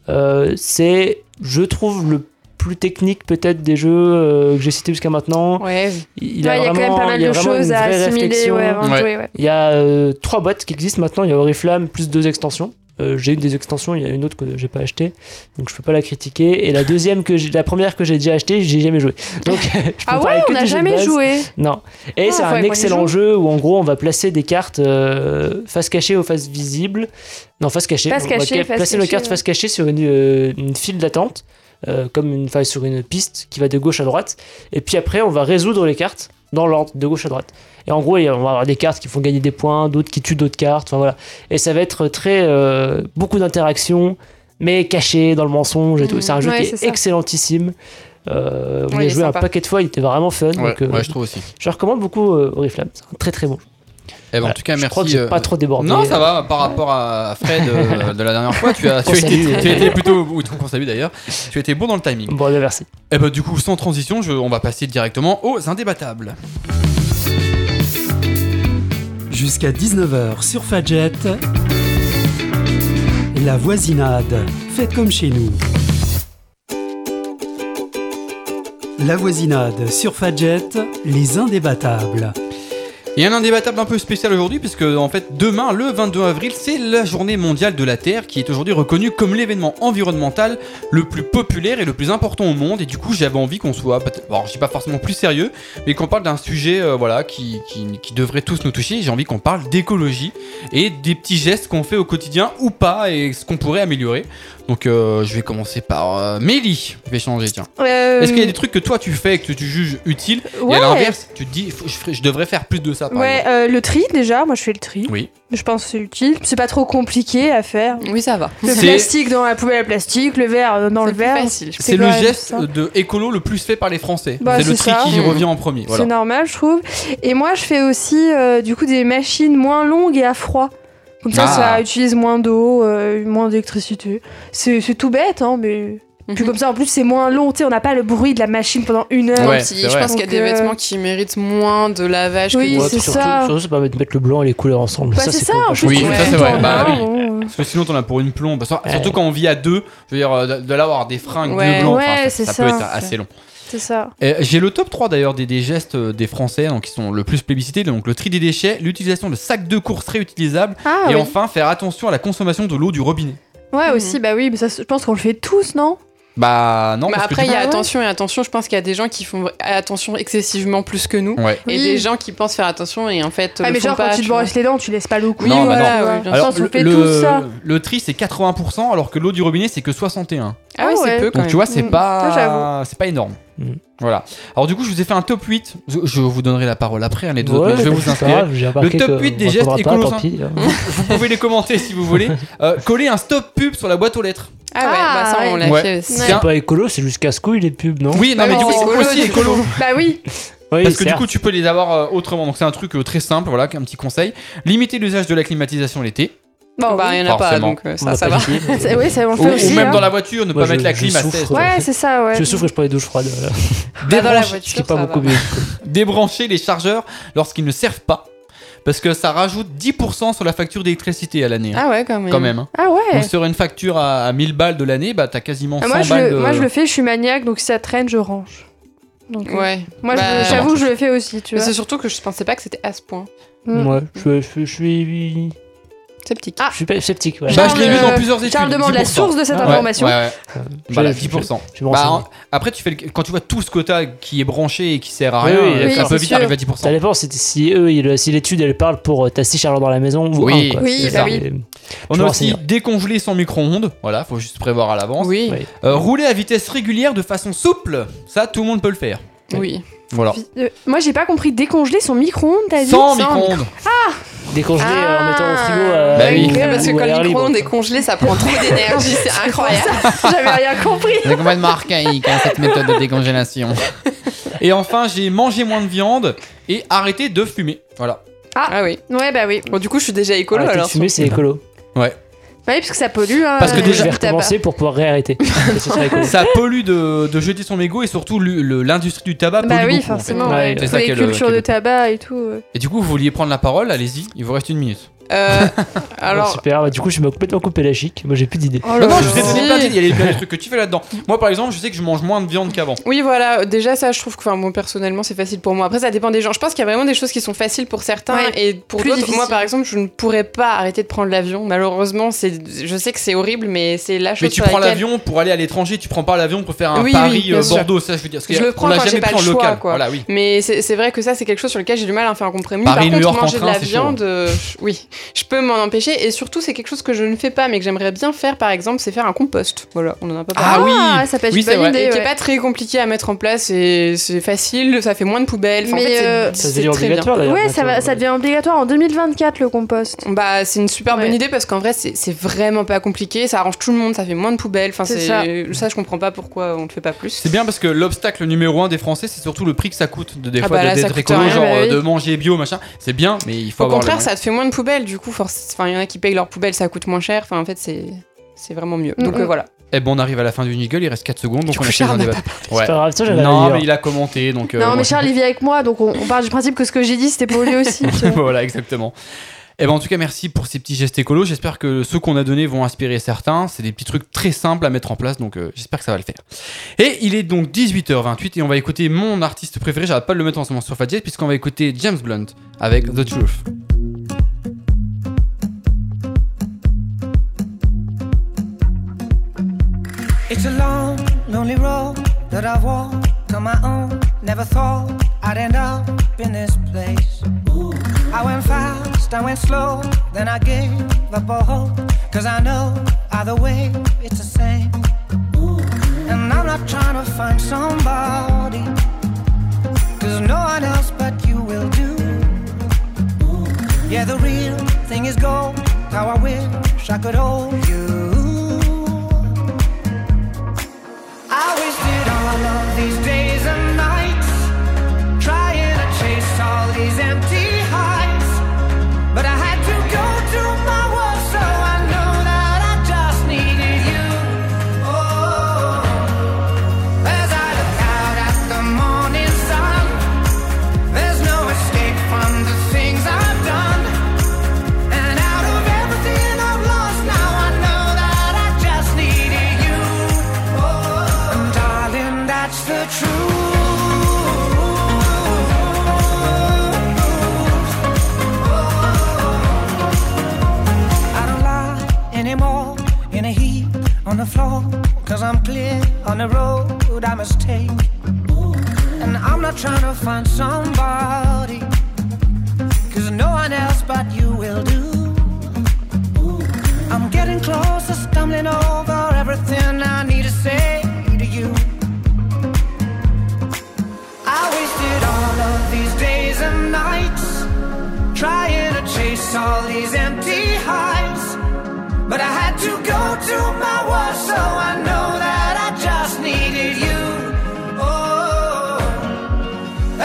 Euh, c'est, je trouve, le plus technique peut-être des jeux euh, que j'ai cités jusqu'à maintenant. Ouais. Il Ouais, Il y a quand même vraiment- pas mal il y a de vraiment choses une à vraie assimiler réflexion. ouais, avant de Ouais. jouer. ouais. Il y a euh, trois boîtes qui existent maintenant. Il y a Oriflamme plus deux extensions. Euh, j'ai eu des extensions, il y a une autre que j'ai pas achetée, donc je peux pas la critiquer. Et la deuxième que j'ai, la première que j'ai déjà achetée, j'ai jamais joué. Donc (laughs) je peux Ah parler ouais, que du on n'a jeu de jamais base. joué. Non. Et c'est un Ah, faut aller voir les excellent gens. jeu où en gros on va placer des cartes euh, face cachée ou face visible. Non, face cachée. Face On va cachée, ca- face placer nos cachée, cartes ouais. face cachée sur une, euh, une file d'attente, euh, comme une, enfin, sur une piste qui va de gauche à droite. Et puis après on va résoudre les cartes dans l'ordre, de gauche à droite. Et en gros, il y a- on va avoir des cartes qui font gagner des points, d'autres qui tuent d'autres cartes. Enfin voilà. Et ça va être très euh, beaucoup d'interactions, mais cachées dans le mensonge et tout. Mmh. Mhm. C'est un jeu Ouais, qui c'est est, ça. excellentissime. Euh, on Ouais, il a est joué sympa. un paquet de fois, il était vraiment fun. donc, euh, trouve aussi. je recommande beaucoup euh, Oriflamme, c'est un très très bon. jeu. Eh ben, en Voilà. tout cas, je merci. crois que j'ai euh, pas trop débordé. Non, ça va, par rapport à Fred euh, de la dernière fois, (laughs) tu as, tu as Qu'on été, salue. tu as été plutôt. Ou qu'on salue d'ailleurs, tu as été bon dans le timing. Bon, ben, merci. Et bah, du coup, sans transition, je- on va passer directement aux indébattables. Jusqu'à 19h sur Fadjet, la voisinade. Faites comme chez nous. La voisinade sur Fadjet, les indébattables. Et un indébattable un peu spécial aujourd'hui, puisque en fait, demain, le 22 avril, c'est la journée mondiale de la Terre, qui est aujourd'hui reconnue comme l'événement environnemental le plus populaire et le plus important au monde. Et du coup, j'avais envie qu'on soit, peut-être- bon, je suis pas forcément plus sérieux, mais qu'on parle d'un sujet euh, voilà, qui, qui, qui devrait tous nous toucher. J'ai envie qu'on parle d'écologie et des petits gestes qu'on fait au quotidien ou pas et ce qu'on pourrait améliorer. Donc euh, je vais commencer par euh, Mélie. Je vais changer, tiens. Euh, Est-ce qu'il y a des trucs que toi tu fais et que tu juges utiles Et ouais. à l'inverse, tu te dis, faut- je, ferais- je devrais faire plus de ça, par Ouais, exemple. euh, le tri déjà, moi je fais le tri. Ah, Oui. Je pense que c'est utile. C'est pas trop compliqué à faire. Oui, ça va. Le C'est- plastique dans la poubelle à plastique, le verre euh, dans C'est le plus verre. facile. je- c'est C'est le quand même geste ça. de écolo le plus fait par les Français. Bah, c'est le c'est tri ça. qui Mmh. revient en premier. Voilà. C'est normal, je trouve. Et moi, je fais aussi euh, du coup des machines moins longues et à froid. Comme ça, Ah. ça utilise moins d'eau, euh, moins d'électricité. C'est c'est tout bête, hein, mais. Puis Mhm. comme ça, en plus, c'est moins long. Tu sais, on n'a pas le bruit de la machine pendant une heure. Ouais, Si, c'est je vrai. pense qu'il y a des Donc, euh, vêtements qui méritent moins de lavage que Oui, d'autres. Ouais, c'est surtout, ça. surtout, ça permet de mettre le blanc et les couleurs ensemble. Bah, ça, c'est ça, cool. en plus. Oui, tu ça, fais c'est tout vrai. en Bah, Ah, un, euh, Parce que sinon, t'en as pour une plombe. Sur- Ouais. Surtout quand on vit à deux, je veux dire, euh, de de l'avoir des fringues, Ouais. deux blancs, enfin, Ouais, ça- c'est ça, ça. peut être assez long. C'est ça. Et J'ai le top 3 d'ailleurs des, des gestes euh, des Français donc, qui sont le plus plébiscités. Donc le tri des déchets, l'utilisation de sacs de course réutilisables Ah, et ouais. enfin faire attention à la consommation de l'eau du robinet. Ouais, Mm. Mhm. aussi, bah oui, mais ça, je pense qu'on le fait tous, non Bah non, Mais parce après, que il tu- y a Ah ouais. attention et attention. Je pense qu'il y a des gens qui font attention excessivement plus que nous. Ouais. Et Oui. des gens qui pensent faire attention et en fait. Ah, le mais font genre, pas, quand tu tu te vois. brosses les dents, tu laisses pas l'eau couler. Non, bah voilà, non. ouais, Oui, bien je Alors, pense qu'on le, fait le- tous ça. le tri c'est 80% alors que l'eau du robinet c'est que 61. Ah ouais, Ah c'est ouais. peu quand Donc même. tu vois, c'est Mm. Ça, pas j'avoue. c'est pas énorme. Mm. Voilà. Alors du coup, je vous ai fait un top 8. Je, je vous donnerai la parole après hein, les deux autres, Ouais, bah, mais je vais vous c'est inspirer. grave, j'ai remarqué top que 8 des on gestes comprendra pas, écolos, tant hein. pis, hein. vous pouvez les commenter si vous voulez. Euh, coller un stop pub sur la boîte aux lettres. Ah ouais, bah ça, on Ah, l'a ouais. fait aussi. Ouais. Tiens. C'est pas écolo, c'est juste casse-couille les pubs, non Oui, non mais du coup, non, c'est écolo, aussi du écolo. Bah (laughs) oui, Oui, Parce que du certes. coup, tu peux les avoir euh, autrement. Donc c'est un truc euh, très simple, voilà, un petit conseil. Limiter l'usage de la climatisation l'été. Bon, bah, il y en a pas, Forcément. donc euh, On ça, l'a ça pas va. dit, (laughs) mais- C'est- oui, ça on Ou, fait ou aussi. même hein. dans la voiture, ne Moi, pas je- mettre la je clim à souffre. 16. Ouais, c'est ça, ouais. Je souffre et je prends les douches froides. voilà. Bah, Ah, dans la Débrancher, Ce qui est voiture, pas ça beaucoup va. mieux. débrancher les chargeurs lorsqu'ils ne servent pas. Parce que ça rajoute 10% sur la facture d'électricité à l'année. hein, Ah ouais, quand même. Quand même. hein. Ah ouais. Donc sur une facture à, à 1000 balles de l'année, bah t'as quasiment Ah, 100 moi, je balles le, de... moi, je le fais, je suis maniaque, donc si ça traîne, je range. Donc, euh, Ouais. Moi, je- Bah, j'avoue, que je le fais aussi, tu Mais vois. c'est surtout que je pensais pas que c'était à ce point. Mm. Ouais, je, je- je suis. Sceptique. Ah. Je suis pas sceptique. ouais. Bah, je l'ai Charles, vu dans euh, plusieurs études. Charles demande la 10%. source de cette Ouais, information. Ouais, ouais, Bah, ouais. Euh, je- Voilà, je- 10%. Je me Bah, renseigne. en- après, tu fais le- quand tu vois tout ce quota qui est branché et qui sert à Oui, rien, oui, euh, ça oui, peut c'est vite sûr. arriver à Ça 10%. dépend si, si eux, ils- si l'étude elle parle pour euh, t'as 6 chargeurs dans la maison ou Oui. un, quoi. Oui, C'est bah ça. oui. On Je a me aussi renseignerai. décongeler son micro-ondes. Voilà, faut juste prévoir à l'avance. Oui, Ouais. Euh, rouler à vitesse régulière de façon souple. Ça, tout le monde peut le faire. oui. Voilà. Euh, Moi, j'ai pas compris. Décongeler son micro-ondes, t'as dit Sans micro-ondes. Décongeler euh, en mettant au frigo. Bah euh, oui. ou- Parce que ou à quand l'air le libre. micro-ondes est congelé, ça prend (laughs) trop d'énergie, c'est incroyable. J'avais rien compris. C'est complètement archaïque hein, cette méthode de (laughs) décongélation. Et enfin, j'ai mangé moins de viande et arrêté de fumer. Voilà. Ah oui. Ouais, bah oui. Bon, du coup, je suis déjà écolo Arrêter de alors. fumer, c'est Bah écolo. Euh, Ouais, parce que ça pollue. hein, Bah. Parce que le déjà- je vais tabac. recommencer pour pouvoir (laughs) réarrêter. Ce serait écolo. Ça pollue de, de jeter son mégot et surtout le- le- l'industrie du tabac pollue Bah beaucoup, oui, en fait. forcément. fait. ouais. Ouais, c'est Tous ça les qu'est le- cultures qu'est le- de tabac et tout. euh. Et du coup, vous vouliez prendre la parole, allez-y, il vous reste une minute. (laughs) Euh, Alors, alors, super, bah, du coup, je m'ai complètement coupé la chic. Moi, j'ai plus d'idées. Oh Non, là non, là. je vous ai donné Si. plein d'idées, il y a des- plein de trucs que tu fais (laughs) là-dedans. Moi, par exemple, je sais que je mange moins de viande qu'avant. oui, voilà. euh, Déjà, ça, je trouve que, enfin, moi, personnellement, c'est facile pour moi. Après, ça dépend des gens. Je pense qu'il y a vraiment des choses qui sont faciles pour certains Ouais, et pour plus d'autres. difficile. Moi, par exemple, je ne pourrais pas arrêter de prendre l'avion. Malheureusement, c'est, je sais que c'est horrible, mais c'est la chose Mais tu sur prends laquelle- l'avion pour aller à l'étranger, tu prends pas l'avion pour faire un Oui, oui, bien sûr. Paris-Bordeaux, ça je veux dire. parce Je que le prends on l'a quand j'ai jamais pas pris en le choix, local. quoi. Voilà, oui. Mais c'est c'est vrai que ça, c'est quelque chose sur lequel j'ai du mal à faire un compromis. Paris, Par New York contre, en manger de train, la c'est chaud. viande, euh, je- oui, je peux m'en empêcher. Et surtout, c'est quelque chose que je ne fais pas, mais que j'aimerais bien faire, par exemple, c'est faire un compost. Voilà, on en a pas parlé. Ah oui. ça peut être Oui, une c'est vrai. bonne idée. Et qui ouais. est pas très compliqué à mettre en place, et c'est facile, ça fait moins de poubelles. Enfin, en Mais, fait, c'est- euh, Ça c'est devient très bien. obligatoire d'ailleurs. Ouais, ça, va, bientôt. ça devient obligatoire en 2024 le compost. Bah, c'est une super bonne Ouais. idée parce qu'en vrai, c'est c'est vraiment pas compliqué, ça arrange tout le monde, ça fait moins de poubelles. Enfin, C'est c'est ça. ça. je comprends pas pourquoi on le fait pas plus. C'est bien parce que l'obstacle numéro un des Français, c'est surtout le prix que ça coûte de des Ah fois bah de- là, ça d'être coûte écolo, rien, genre bah euh, oui. de manger bio, machin. C'est bien, mais il faut Au avoir contraire, les ça te fait moins de poubelles, du coup, force- enfin, il y en a qui payent leurs poubelles, ça coûte moins cher. Enfin, en fait, c'est c'est vraiment mieux. Donc Mm, euh, mm. voilà. Eh ben on arrive à la fin du Nigel, il reste 4 secondes, donc Du on coup, a Charles fini le n'a débat. C'est pas grave, ça, j'avais Non, rien à mais dire. il a commenté, donc... euh, non, moi, mais je- Charles, il vit avec moi, donc on, on part du principe que ce que j'ai dit, (laughs) c'était pollué aussi. tu vois. voilà, exactement. Eh ben en tout cas, merci pour ces petits gestes écolos. J'espère que ceux qu'on a donnés vont inspirer certains. C'est des petits trucs très simples à mettre en place, donc euh, j'espère que ça va le faire. Et il est donc 18h28 et on va écouter mon artiste préféré. J'arrête pas de le mettre en ce moment sur Fadjet puisqu'on va écouter James Blunt avec The Truth. It's a long, lonely road that I've walked on my own. Never thought I'd end up in this place. I went fast, I went slow, then I gave up all hope. Cause I know Either way, it's the same. And I'm not trying to find somebody. Cause no one else but you will do. Yeah, the real thing is gold. How I wish I could hold you. I wasted all of these days and nights trying to chase all these empty heights. But I had to go to my world, so I know that I just needed you. Oh, as I look out at the morning sun, there's no escape from the things I've done. And out of everything I've lost, now I know that I just needed you. Oh, and darling, that's the truth. I don't lie anymore in a heap on the floor. Cause I'm clear on the road I must take. And I'm not trying to find somebody. Cause no one else but you will do. I'm getting closer, stumbling over everything I need to say to you. I wasted all of these days and nights trying to chase all these empty heights. But I had to go to my world, so I know that I just needed you. Oh,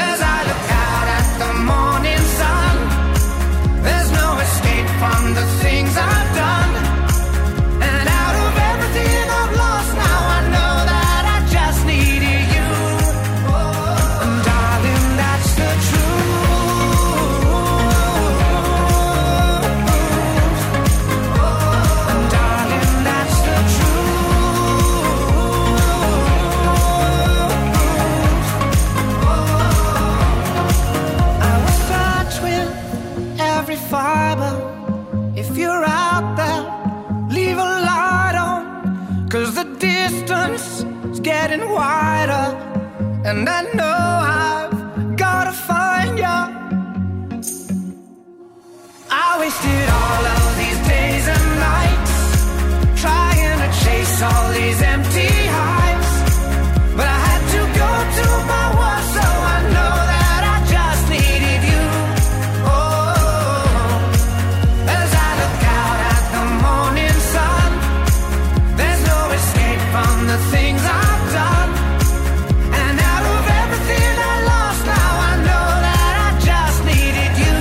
as I look out at the morning sun, there's no escape from the things I've done. And out of everything I've lost, now I know that I just needed you. Oh, and darling, that's the truth. Oh, Darling, that's the Oh, truth. Oh, I was touch with every fiber. If you're out there, leave a light on. Cause the distance is getting wider. And I know I've gotta find you. I wasted all of these days and nights trying to chase all these empty heights. But I had to go to my world, so I know that I just needed you. Oh, as I look out at the morning sun, there's no escape from the things I've done. And out of everything I lost, now I know that I just needed you.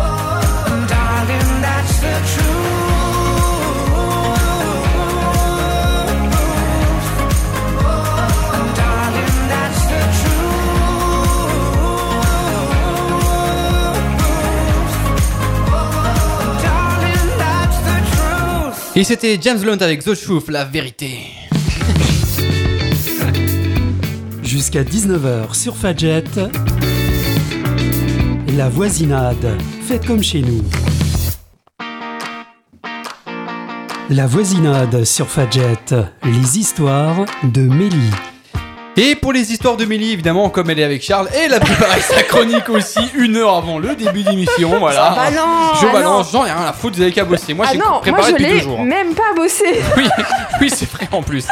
Oh, and darling, that's the truth. Oh, and darling, that's the truth. Oh, and darling, that's the truth. Et c'était James Blunt avec The Truth, la vérité. Jusqu'à 19h sur Fadjet. La voisinade. Faites comme chez nous. La voisinade sur Fadjet. Les histoires de Mélie. Et pour les histoires de Mélie, évidemment, comme elle est avec Charles, et elle a préparé sa chronique aussi une heure avant le début d'émission, voilà. Ah non, je ah balance, j'en ai rien à foutre, vous avez qu'à bosser. Moi, Ah j'ai non, moi préparé je depuis deux l'ai jours. hein. même pas bossé. Oui, (laughs) oui c'est vrai en plus.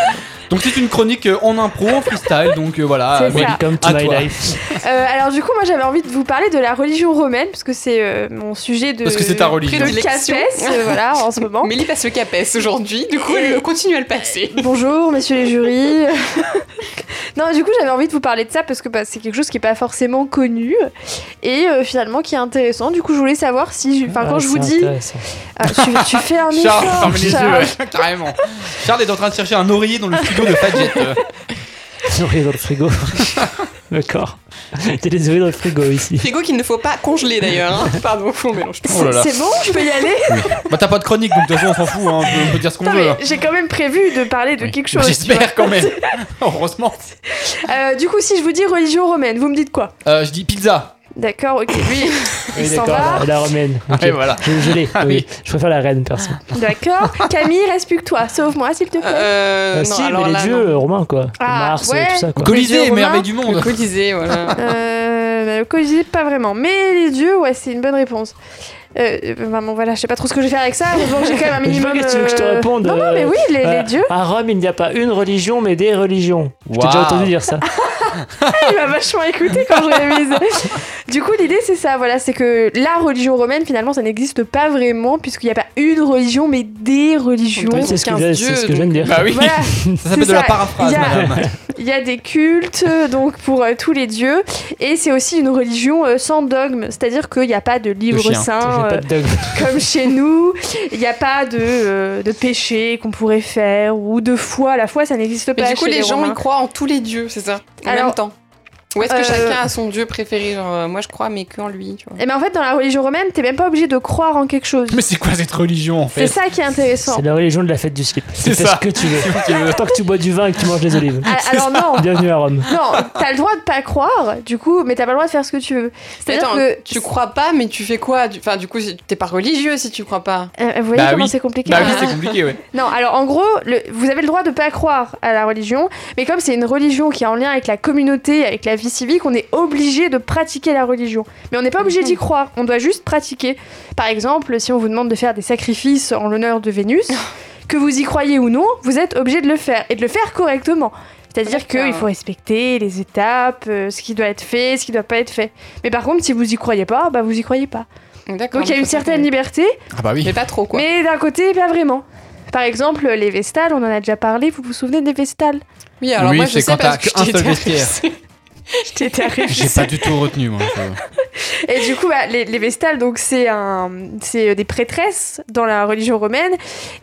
Donc c'est une chronique euh, en impro, en freestyle, donc euh, voilà. C'est Mélie. ça. Welcome to À my toi. life. Euh, alors du coup, moi j'avais envie de vous parler de la religion romaine, parce que c'est euh, mon sujet de... Parce que c'est ta religion. de Prédilection. CAPES, euh, voilà, en ce moment. (laughs) Mélie passe le CAPES aujourd'hui, (laughs) du coup Et- elle continue à le passer. Bonjour, messieurs les jurys. (laughs) non, du coup, j'avais envie de vous parler de ça parce que bah, c'est quelque chose qui n'est pas forcément connu et euh, finalement qui est intéressant. Du coup, je voulais savoir si. Enfin, quand Ah, je vous c'est dis. intéressant. Ah, tu, tu fais un Charles, effort. ferme les yeux, Charles. ouais, (laughs) carrément. Charles est en train de chercher un oreiller dans le studio de (laughs) Fadjet. euh. Des oreillers dans le frigo. D'accord. T'es des oreillers dans le frigo ici. Frigo qu'il ne faut pas congeler d'ailleurs. (laughs) hein. Pardon, on mélange tout. Oh là là. C'est bon, je peux y aller (laughs) Bah t'as pas de chronique, donc de toute façon on s'en fout, hein, on, peut, on peut dire ce qu'on Non, veut. mais hein. j'ai quand même prévu de parler de Oui. quelque chose. tu vois. J'espère quand (laughs) même. (laughs) Heureusement. Euh, du coup, si je vous dis religion romaine, vous me dites quoi Euh, je dis pizza. D'accord, ok, lui, il Oui, s'en d'accord, va. la, la romaine. Ok. Ah, Et voilà. Je, je l'ai. Ah oui. Je préfère la reine, perso. Ah. D'accord. Camille, reste plus que toi. Sauve-moi, s'il te plaît. Euh, Ah, non, si, alors mais les là, dieux euh, romains, quoi. Ah, Mars, ouais. euh, tout ça, quoi. Go- Les Colisée, dieux merveille romains, du Le monde. Colisée, voilà. Euh, bah, le Colisée, pas vraiment. Mais les dieux, ouais, c'est une bonne réponse. Euh, euh, bah, bon, voilà, je sais pas trop ce que je vais faire avec ça. Heureusement que j'ai quand même (laughs) Je un sais minimum. pas qu'est-ce que tu veux que je te euh, réponde, Non, non, mais euh, oui, les, Voilà. les dieux. À Rome, il n'y a pas une religion, mais des religions. Je t'ai Waouh. déjà entendu dire ça. (laughs) Il m'a vachement (laughs) écouté quand je révise. du coup, l'idée, c'est ça, voilà, c'est que la religion romaine, finalement, ça n'existe pas vraiment, puisqu'il n'y a pas une religion, mais des religions. Oui, c'est ce que 15 je c'est ce dieux, que je viens de dire. Bah oui, Voilà, (laughs) ça s'appelle c'est de la ça. paraphrase, Il y a- madame. (laughs) il y a des cultes, donc pour euh, tous les dieux, et c'est aussi une religion euh, sans dogme, c'est-à-dire qu'il n'y a pas de livre chien. saint, J'ai euh, pas de dogme. (laughs) comme chez nous, il n'y a pas de, euh, de péché qu'on pourrait faire, ou de foi, la foi, ça n'existe pas Mais du coup, chez les gens, Romains. ils croient en tous les dieux, c'est ça En Alors, même temps. Ou est-ce que euh, chacun a son dieu préféré Genre, euh, moi, je crois, mais que en lui, tu vois. Et bien Eh ben, en fait, dans la religion romaine, t'es même pas obligé de croire en quelque chose. (laughs) Mais c'est quoi cette religion en fait C'est ça qui est intéressant. C'est la religion de la fête du slip. Tu C'est fais ça. ce que tu veux. (laughs) Tu veux- Tant que tu bois du vin et que tu manges des olives. Ah, Alors non, Bienvenue à Rome. non, t'as le droit de pas croire, du coup, mais t'as pas le droit de faire ce que tu veux. C'est-à-dire Attends, que tu crois pas, mais tu fais quoi du- Enfin, du coup, si- t'es pas religieux si tu crois pas. Euh, vous voyez Bah comment oui. c'est compliqué hein. Bah oui, c'est compliqué, ouais. Non, alors en gros, le- vous avez le droit de pas croire à la religion, mais comme c'est une religion qui est en lien avec la communauté, avec la vie civique, on est obligé de pratiquer la religion. Mais on n'est pas obligé d'y croire, on doit juste pratiquer. Par exemple, si on vous demande de faire des sacrifices en l'honneur de (laughs) Vénus, que vous y croyez ou non, vous êtes obligé de le faire, et de le faire correctement. C'est-à-dire D'accord. qu'il faut respecter les étapes, euh, ce qui doit être fait, ce qui doit pas être fait. Mais par contre, si vous y croyez pas, bah vous y croyez pas. D'accord. Donc il y a une certaine mais- liberté, Ah bah oui. Mais pas trop, quoi. mais d'un côté, pas vraiment. Par exemple, les vestales, on en a déjà parlé, vous vous souvenez des (laughs) vestales Oui, alors Oui, moi, je c'est sais quand parce t'as que qu'un je t'ai seul été vestiaire. (laughs) arrêtée. Je t'ai terrifiée. (laughs) J'ai pas du tout retenu, moi. Et du coup, bah, les, les vestales, donc c'est un, c'est euh, des prêtresses dans la religion romaine,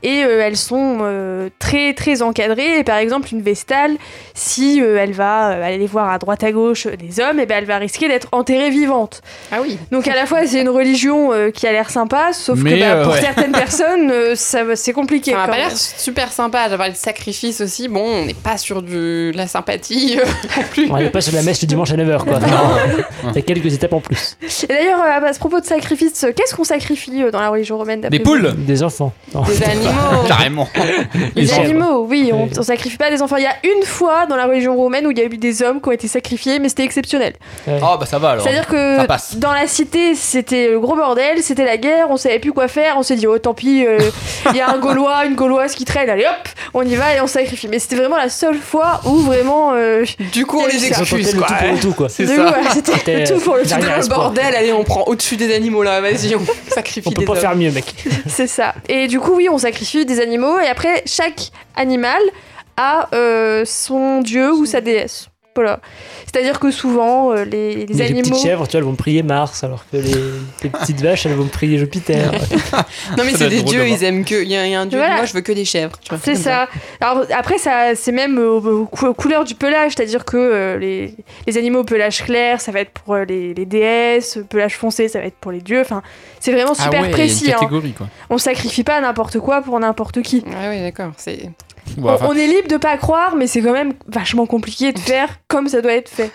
et euh, elles sont euh, très très encadrées. Et par exemple, une vestale, si euh, elle va euh, aller voir à droite à gauche euh, des hommes, et ben elle va risquer d'être enterrée vivante. Ah oui. Donc à la fois, c'est une religion euh, qui a l'air sympa, sauf Mais, que bah, euh, pour ouais. (laughs) certaines personnes, euh, ça va- c'est compliqué. Ça m'a quand pas même. l'air super sympa d'avoir le sacrifice aussi. Bon, on n'est pas sur du... de la sympathie euh, (laughs) non plus. On n'est pas sur la messe le dimanche à 9h, quoi. T'as quelques étapes en plus. Et d'ailleurs, euh, à ce propos de sacrifice, euh, qu'est-ce qu'on sacrifie euh, dans la religion romaine d'après Des vous poules Des enfants. Non. Des animaux. (laughs) Carrément. Les Les chèvres. animaux, oui, on, Oui. on sacrifie pas les enfants. Il y a une fois dans la religion romaine où il y a eu des hommes qui ont été sacrifiés, mais c'était exceptionnel. Ah bah ça va alors. C'est-à-dire ça passe. que dans la cité, c'était le gros bordel, c'était la guerre, on savait plus quoi faire, on s'est dit, oh tant (laughs) pis, euh, il y a un Gaulois, une Gauloise qui traîne, allez hop, on y va et on sacrifie. Mais c'était vraiment la seule fois où vraiment. euh, Du coup, on les Ils ont tenté excuse, le quoi. hein. tout pour le tout, quoi. C'est de ça. ouf, voilà, C'était, c'était tout pour le euh, tout. dernier Le espoir. bordel, allez, on prend au-dessus des animaux, là. Vas-y, on (laughs) sacrifie On peut des pas hommes. faire mieux, mec. C'est ça. Et du coup, oui, on sacrifie des animaux et après, chaque animal a euh, son dieu ou sa déesse. Voilà. C'est-à-dire que souvent, euh, les, les Mais Les animaux. petites chèvres, tu vois, elles vont prier Mars, alors que les, les petites vaches, elles vont prier (laughs) Jupiter. Non, mais Ça doit c'est être des drôle dieux, d'avoir. ils aiment que. Il y, a il y a un dieu, Voilà. moi, je veux que des chèvres. tu vois, C'est comme ça. Alors après, ça, c'est même euh, aux, cou- aux couleurs du pelage, c'est-à-dire que euh, les, les animaux au pelage clair, ça va être pour euh, les, les déesses, pelage foncé, ça va être pour les dieux. Enfin, c'est vraiment Ah super ouais, il précis. y a une hein. catégorie quoi. On sacrifie pas n'importe quoi pour n'importe qui. Ah oui, d'accord. C'est Bon, enfin, on, on est libre de pas croire, mais c'est quand même vachement compliqué de faire comme ça doit être fait.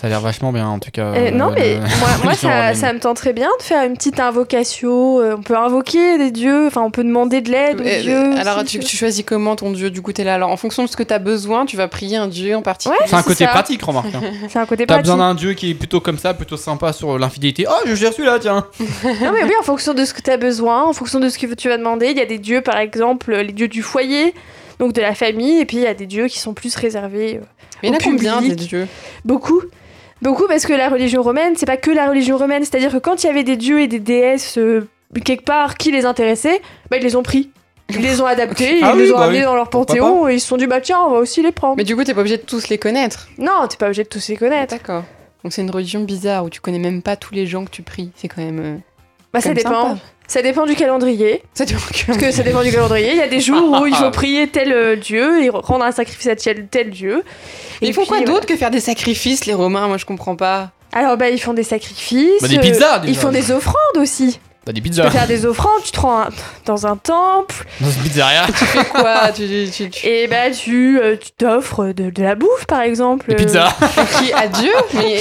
ça a l'air vachement bien en tout cas. Euh, euh, non, mais le- (laughs) moi, moi, religion ça, romaine. ça me tente très bien de faire une petite invocation. euh, on peut invoquer des dieux, enfin, on peut demander de l'aide aux Euh, dieux. alors, si tu, tu veux. (laughs) tu choisis comment ton dieu Du coup, t'es là. Alors, en fonction de ce que t'as besoin, tu vas prier un dieu en particulier. Ouais. C'est un c'est côté ça. pratique, remarque. hein. (laughs) C'est un côté T'as pratique. besoin d'un dieu qui est plutôt comme ça, plutôt sympa sur l'infidélité. Oh, je gère celui-là, tiens. Non, mais oui, en fonction de ce que tu as besoin, en fonction de ce que tu vas demander. Il y a des dieux, par exemple, les dieux du foyer, donc de la famille, et puis il y a des dieux qui sont plus réservés. euh, Mais il y en a Au public. combien des dieux Beaucoup. Beaucoup parce que la religion romaine, c'est pas que la religion romaine. C'est-à-dire que quand il y avait des dieux et des déesses euh, quelque part qui les intéressaient, bah, ils les ont pris. Ils les ont adaptés, Ah ils les oui, ont bah amenés oui. dans leur Pourquoi panthéon, et ils se sont dit, bah tiens, on va aussi les prendre. Mais du coup, t'es pas obligé de tous les connaître. Non, t'es pas obligé de tous les connaître. D'accord. Donc, c'est une religion bizarre où tu connais même pas tous les gens que tu pries. C'est quand même. euh, Bah, ça Comme dépend. (laughs) sympa. Ça dépend du calendrier. Ça te manque. Parce que ça dépend du calendrier. Il y a des jours où il faut prier tel euh, dieu et rendre un sacrifice à tel, tel dieu. Mais Et ils font puis, quoi voilà. d'autre que faire des sacrifices, les Romains Moi, je comprends pas. Alors, bah, ils font des sacrifices. Bah, des euh, pizzas, déjà. Ils font des offrandes aussi. T'as des Tu peux pizzas faire (laughs) des offrandes, tu te rends un- dans un temple dans une pizzeria. Fais quoi tu, tu- tu- tu- et bah, tu euh, tu t'offres de, de la bouffe, par exemple. Des euh, pizzas. Qui à Dieu (laughs) Mais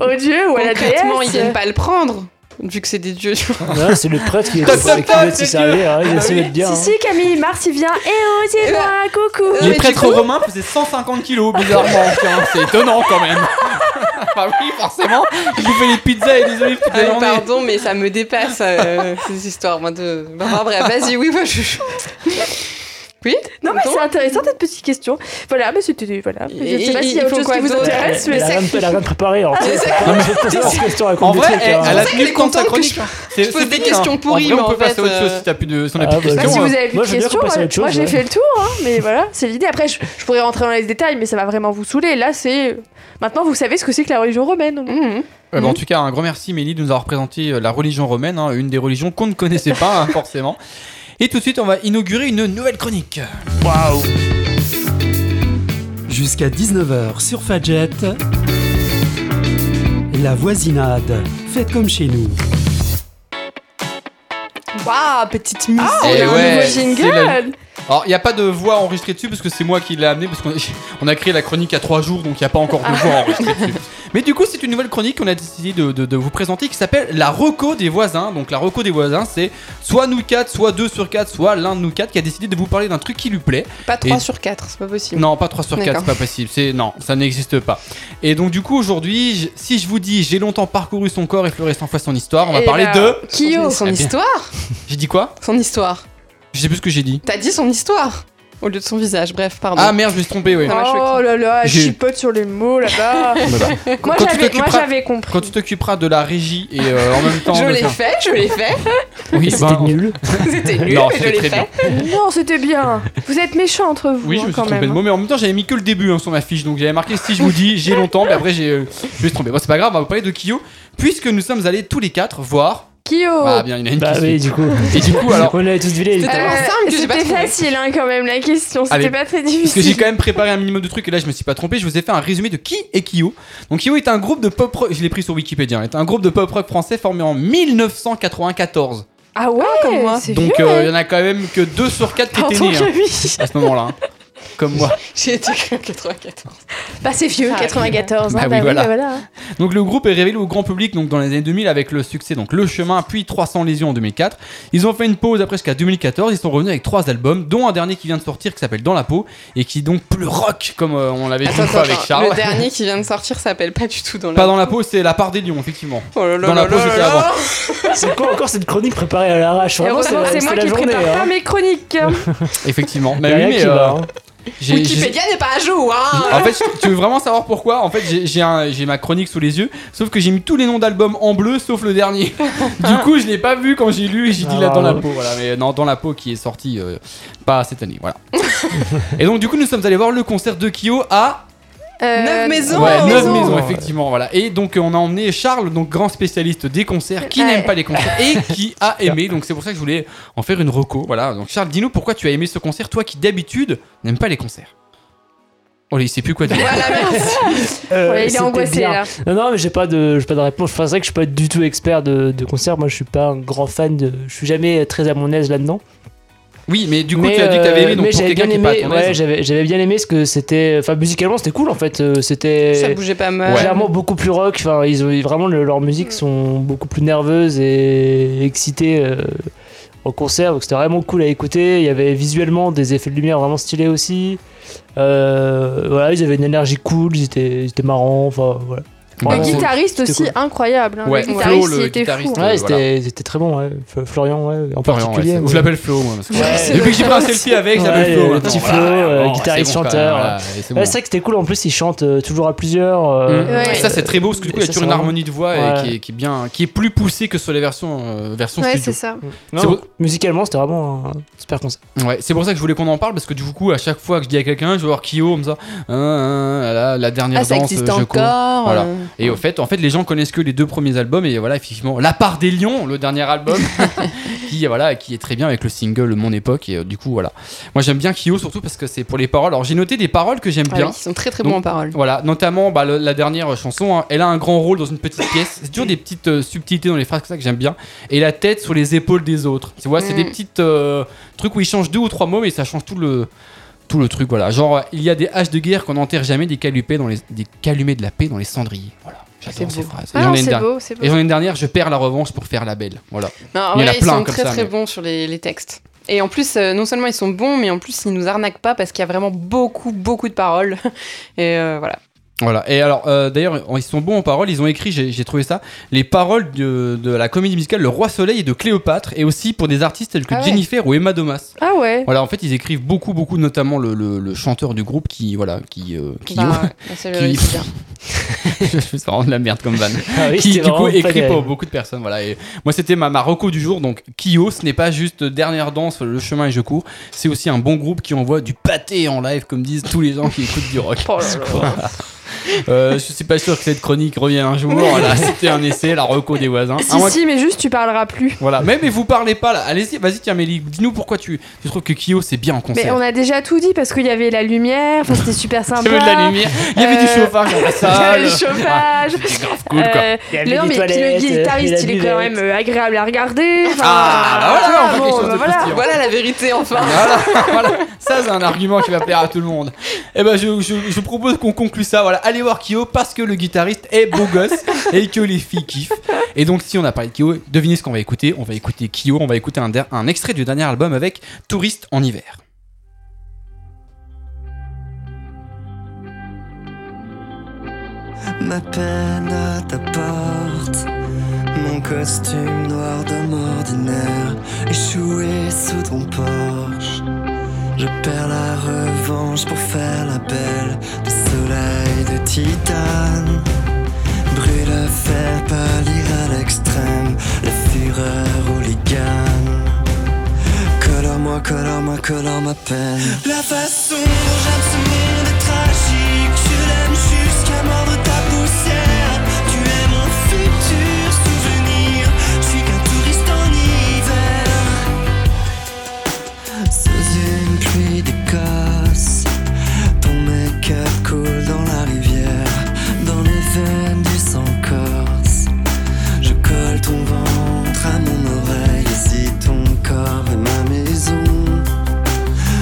Au dieu ou à la déesse. concrètement, ils viennent pas le prendre. Vu que c'est des dieux, tu vois. Non, c'est le prêtre qui est Top, top, qui top, doit se c'est Ah servir, hein, il essaie d'être bien. Si, hein. si, Camille, Mars, il vient. Eh oh, c'est Eh ben- moi, coucou. Euh, Les mais du prêtres coup- romains faisaient 150 kilos, bizarrement. tiens, C'est étonnant quand même. Bah oui, forcément. Il bouffait les pizzas et les olives toute Ah, la journée. pardon, mais ça me dépasse (laughs) euh, ces histoires. Moi, de... Bah, bah, bref, vas-y, oui, moi, je... Oui Non, mais Attends. c'est intéressant cette petite question. Voilà, mais c'était. Voilà. Et- je sais pas et- s'il y a il autre faut chose quoi qui vous d'autre Ah, intéresse. Elle mais a ça- rien, elle a rien préparé. Alors, Je sais que- non, mais je peux savoir ce qu'elle se raconte En des vrai, trucs, elle- hein. elle a je sais que tenu les le compte de sa contents que chronique. je- C'est- pose c'est des bien. questions pourries, En vrai, mais on en peut passer à fait, autre chose euh, si t'as plus de son Ah, bah, Bah, si application. hein. Bon, vous euh, avez plus moi, de je veux bien questions, qu'on passe à bah, euh, autre moi chose, j'ai ouais. fait le tour, hein, mais voilà, (laughs) c'est l'idée. Après, je, je pourrais rentrer dans les détails, mais ça va vraiment vous saouler. Là, c'est. Maintenant, vous savez ce que c'est que la religion romaine. au moins. Mhm. Ouais, bah, en tout cas, un grand merci, Mélie, de nous avoir présenté euh, la religion romaine, hein, une des religions qu'on ne connaissait pas, hein, forcément. Et tout de suite, on va inaugurer une nouvelle chronique. Jusqu'à 19h sur Fadjet. La voisinade. Faites comme chez nous. Waouh, petite musique. Ah, On Eh a un ouais, nouveau c'est la- jingle Alors, il n'y a pas de voix enregistrée dessus parce que c'est moi qui l'ai amené parce qu'on (laughs) on a créé la chronique à trois jours donc il n'y a pas encore Ah. de voix enregistrée dessus. Mais du coup, c'est une nouvelle chronique qu'on a décidé de, de- de vous présenter qui s'appelle La Reco des voisins. Donc, la Reco des voisins, c'est soit nous quatre, soit deux sur quatre, soit l'un de nous quatre qui a décidé de vous parler d'un truc qui lui plaît. Pas 3 Et- sur 4, c'est pas possible. Non, pas 3 sur 4, D'accord. c'est pas possible. C'est non, ça n'existe pas. Et donc du coup aujourd'hui, j- si je vous dis j'ai longtemps parcouru son corps effleuré 100 fois son histoire, on va Eh parler ben, de Kyo, Eh son bien. histoire J'ai dit quoi Son histoire. Je sais plus ce que j'ai dit. T'as dit son histoire au lieu de son visage, bref, pardon. Ah merde, je me suis trompé, oui. Ça m'a choqué. Oh là là, elle J'ai- chipote sur les (laughs) mots là-bas. moi Quand tu j'avais moi, t'occuperas- j'avais compris. Quand tu t'occuperas de la régie et euh, en même temps je de l'ai faire- fait, je l'ai fait. Oui, Et C'était ben, (laughs) nul. C'était nul, Non, mais je c'était très l'ai fait. bien. Non, c'était bien. Vous êtes méchants entre vous Oui, je hein, me suis quand trompé même. de mot, mais en même temps j'avais mis que le début hein, sur ma fiche, donc j'avais marqué si je vous dis j'ai longtemps, mais après j'ai, euh, je me suis trompé. Bon, c'est pas grave, on va parler de Kyo, puisque nous sommes allés tous les quatre voir. Kyo. Ah bien, il y en a une Bah qui se- oui, du coup. Et (laughs) du coup alors, On l'avait tous vu là. il Oh. C'était était- tellement Euh, simple que j'ai pas C'était trouvé. facile hein, quand même la question, Allez. c'était pas très Ah, Parce que j'ai difficile. quand même préparé un minimum de trucs et là je me suis pas trompé, je vous ai fait un résumé de qui est Kyo. Donc Kyo est un groupe de pop rock, je l'ai pris sur Wikipédia, hein, est un groupe de pop rock français formé en 1994. Ah ouais, comme moi. c'est Donc vieux, euh, il ouais. y en a quand même que 2 sur 4 qui étaient hein. Pardon, nés hein, Camille. à ce moment-là. hein. Comme moi. (laughs) J'ai été créée en 94. Bah c'est vieux, Ah, 94. hein, bah oui, bah oui, voilà. bah voilà. (laughs) Donc le groupe est révélé au grand public donc dans les années 2000 avec le succès donc Le Chemin puis 300 lésions en 2004. Ils ont fait une pause après jusqu'à 2014, ils sont revenus avec trois albums dont un dernier qui vient de sortir qui s'appelle Dans la peau et qui est donc plus rock comme euh, on l'avait dit Attends, une attends, fois avec attends. Charles. Le dernier qui vient de sortir s'appelle pas du tout dans la. Pas dans la peau, c'est la part des lions effectivement. Oh là là Dans la là peau, là j'étais là avant. là. (laughs) C'est quoi encore cette chronique préparée à l'arrache Et Vraiment, heureusement, c'est c'était moi la qui journée, prépare pas hein. mes chroniques. hein. Effectivement. Y Mais a oui, rien mais, qui euh, va, hein. j'ai- Ah, j'ai- Wikipédia n'est pas à jour, hein. En fait, tu veux vraiment savoir pourquoi En fait, j'ai- j'ai un- j'ai ma chronique sous les yeux, sauf que j'ai mis tous les noms d'albums en bleu, sauf le (laughs) dernier. du coup, je l'ai pas vu quand j'ai lu et j'ai dit Ah, là dans la bravo. peau. Voilà, mais non, dans la peau qui est sorti euh, pas cette année. (laughs) Voilà. et donc, du coup, nous sommes allés voir le concert de Kyo à Euh, Neuf maisons. ouais, Maison. Neuve Maison, Maison, ouais. effectivement. Voilà. Et donc, euh, on a emmené Charles, donc grand spécialiste des concerts, qui Ouais. n'aime pas les concerts (laughs) et qui a aimé. Donc, c'est pour ça que je voulais en faire une reco. Voilà. Donc, Charles, dis-nous pourquoi tu as aimé ce concert, toi qui d'habitude n'aimes pas les concerts. Oh, là, il sait plus quoi dire. Voilà, merci. Euh, ouais, il est c'était angoissé bien. là. Non, non, mais j'ai pas de, j'ai pas de réponse. Enfin, c'est vrai que je suis pas du tout expert de, de concert. Moi, je suis pas un grand fan de. Je suis jamais très à mon aise là-dedans. (laughs) Oui, mais du coup, mais, tu as dit que t'avais aimé, euh, donc mais pour j'avais quelqu'un bien qui est aimé. pas à ton aise. ouais, j'avais, j'avais bien aimé ce que c'était. Enfin, musicalement, c'était cool en fait. Euh, C'était. Ça bougeait pas mal. Clairement beaucoup plus rock, enfin, ils ont, vraiment le- leurs musiques sont beaucoup plus nerveuses et excitées euh, au concert, donc c'était vraiment cool à écouter. Il y avait visuellement des effets de lumière vraiment stylés aussi. Euh, voilà, ils avaient une énergie cool, ils étaient, ils étaient marrants, enfin voilà. Ouais, Le Vraiment, c'est- guitariste c'était aussi, cool. incroyable. hein. Ouais, le Flo, guitariste, le il était guitariste, fou. euh, Ouais, c'était voilà. ils étaient très bon, ouais. F- Florian, ouais, en Florian, ouais, particulier. c'est- mais- Je l'appelle Flo, moi. parce que- Ouais. Depuis que j'ai pris un selfie avec, je l'appelle Ouais, Flo. le maintenant. petit Voilà, Flo, euh, vraiment, guitariste, c'est bon, quand même, chanteur. voilà, et c'est Ouais, bon. c'est vrai que c'était cool, en plus ils chantent euh, toujours à plusieurs. euh, Mm. Ouais. Et Ça c'est très beau parce que du coup il y a Et ça, toujours une c'est harmonie de voix vraiment- et qui, est, qui est bien, qui est plus poussée que sur les versions euh, versions Ouais, c'est studio. ça. Non, C'est beau. donc, Mmh. musicalement, c'était vraiment un super concert. Ouais, c'est pour ça que je voulais qu'on en parle parce que du coup à chaque fois que je dis à quelqu'un, je vais voir Kyo comme ça, Hein, hein, la, la dernière Ah, ça danse, existe euh, je cours. encore. Voilà. euh. Et au fait, en fait, les gens connaissent que les deux premiers albums et voilà, effectivement, La part des lions, le dernier album, (laughs) qui voilà, qui est très bien avec le single Mon époque et euh, du coup voilà. Moi j'aime bien Kyo surtout parce que c'est pour les paroles. Alors j'ai noté des paroles que j'aime Ah bien. oui, ils sont très très Donc- bons en parole. Voilà, notamment bah, le- la dernière chanson, hein, elle a un grand rôle dans une petite pièce. C'est toujours des petites euh, subtilités dans les phrases comme ça que j'aime bien. Et la tête sur les épaules des autres. Tu vois, c'est Mm. des petites euh, trucs où ils changent deux ou trois mots, mais ça change tout le tout le truc. Voilà, genre euh, il y a des haches de guerre qu'on n'enterre jamais, des calupés dans les des calumets de la paix dans les cendriers. Voilà, C'est j'adore beau. ces phrases. Et Ah j'en non, ai une c'est dernière. beau, c'est Et beau. j'en ai une dernière, je perds la revanche pour faire la belle. Voilà. Non, en Il y en a vrai, ils plein sont comme très ça, très mais- bons sur les, les textes. Et en plus, euh, non seulement ils sont bons, mais en plus ils nous arnaquent pas parce qu'il y a vraiment beaucoup beaucoup de paroles. (laughs) Et euh, voilà. Voilà. Et alors, euh, d'ailleurs, ils sont bons en paroles. Ils ont écrit, j'ai j'ai trouvé ça, les paroles de, de la comédie musicale Le Roi Soleil et de Cléopâtre, et aussi pour des artistes tels que Ah ouais. Jennifer ou Emma Domas. Ah ouais. Voilà, en fait, ils écrivent beaucoup, beaucoup, notamment le, le- le chanteur du groupe qui, voilà, qui, euh, qui, Bah, ouais, c'est le- qui- (laughs) c'est bien. je vais vraiment de la merde comme van. Ah oui, qui c'était du coup vraiment pas écrit terrible. pour beaucoup de personnes. Voilà. Et moi, c'était ma, ma reco du jour. Donc, Kyo, ce n'est pas juste dernière danse, le chemin et je cours. C'est aussi un bon groupe qui envoie du pâté en live, comme disent tous les gens qui écoutent du rock. (laughs) Oh (laughs) là là. Euh, je suis pas sûr que cette chronique revienne un jour. Voilà, c'était un essai, la reco des voisins. À Si, moins que- si, mais juste tu parleras plus. Voilà. Mais, mais vous parlez pas là. Allez-y, vas-y, tiens, Mélie, dis-nous pourquoi tu, tu trouves que Kyo c'est bien en concert. Mais on a déjà tout dit parce qu'il y avait la lumière, enfin (laughs) c'était super sympa. Il y avait de la lumière, il y avait du Euh, chauffage dans la (laughs) (laughs) Il y avait salle. le chauffage. C'était grave cool quoi. Euh, Il y avait mais non, des mais puis le toilettes, guitariste, euh, il il y est a quand la même euh, agréable à regarder. enfin, Ah, bah voilà, on veut quelque chose de voilà. positif. Voilà la vérité enfin. Voilà, voilà. ça c'est un argument qui va plaire à tout le monde. Et ben je, je- je propose qu'on conclue ça. Voilà, allez voir Kyo parce que le guitariste est beau gosse et que les filles kiffent. Et donc si on a parlé de Kyo, devinez ce qu'on va écouter. On va écouter Kyo, on va écouter un, der- un extrait du dernier album avec Touriste en hiver. ma peine à ta porte. Mon costume noir d'homme ordinaire, échoué sous ton porche. Je perds la revanche pour faire la belle de soleil de titane. Brûle à faire pâlir à l'extrême la fureur hooligan. Colore-moi, colore-moi, colore ma peine. La façon dont j'aime ce monde est tragique. Je l'aime jusqu'à mordre ta poussière. Tu es mon futur souvenir. Je suis qu'un touriste en hiver. Sous une pluie d'Écosse, ton make-up coule dans la rivière. Dans les veines du sang corse. Je colle ton ventre à mon oreille et si ton corps est ma maison.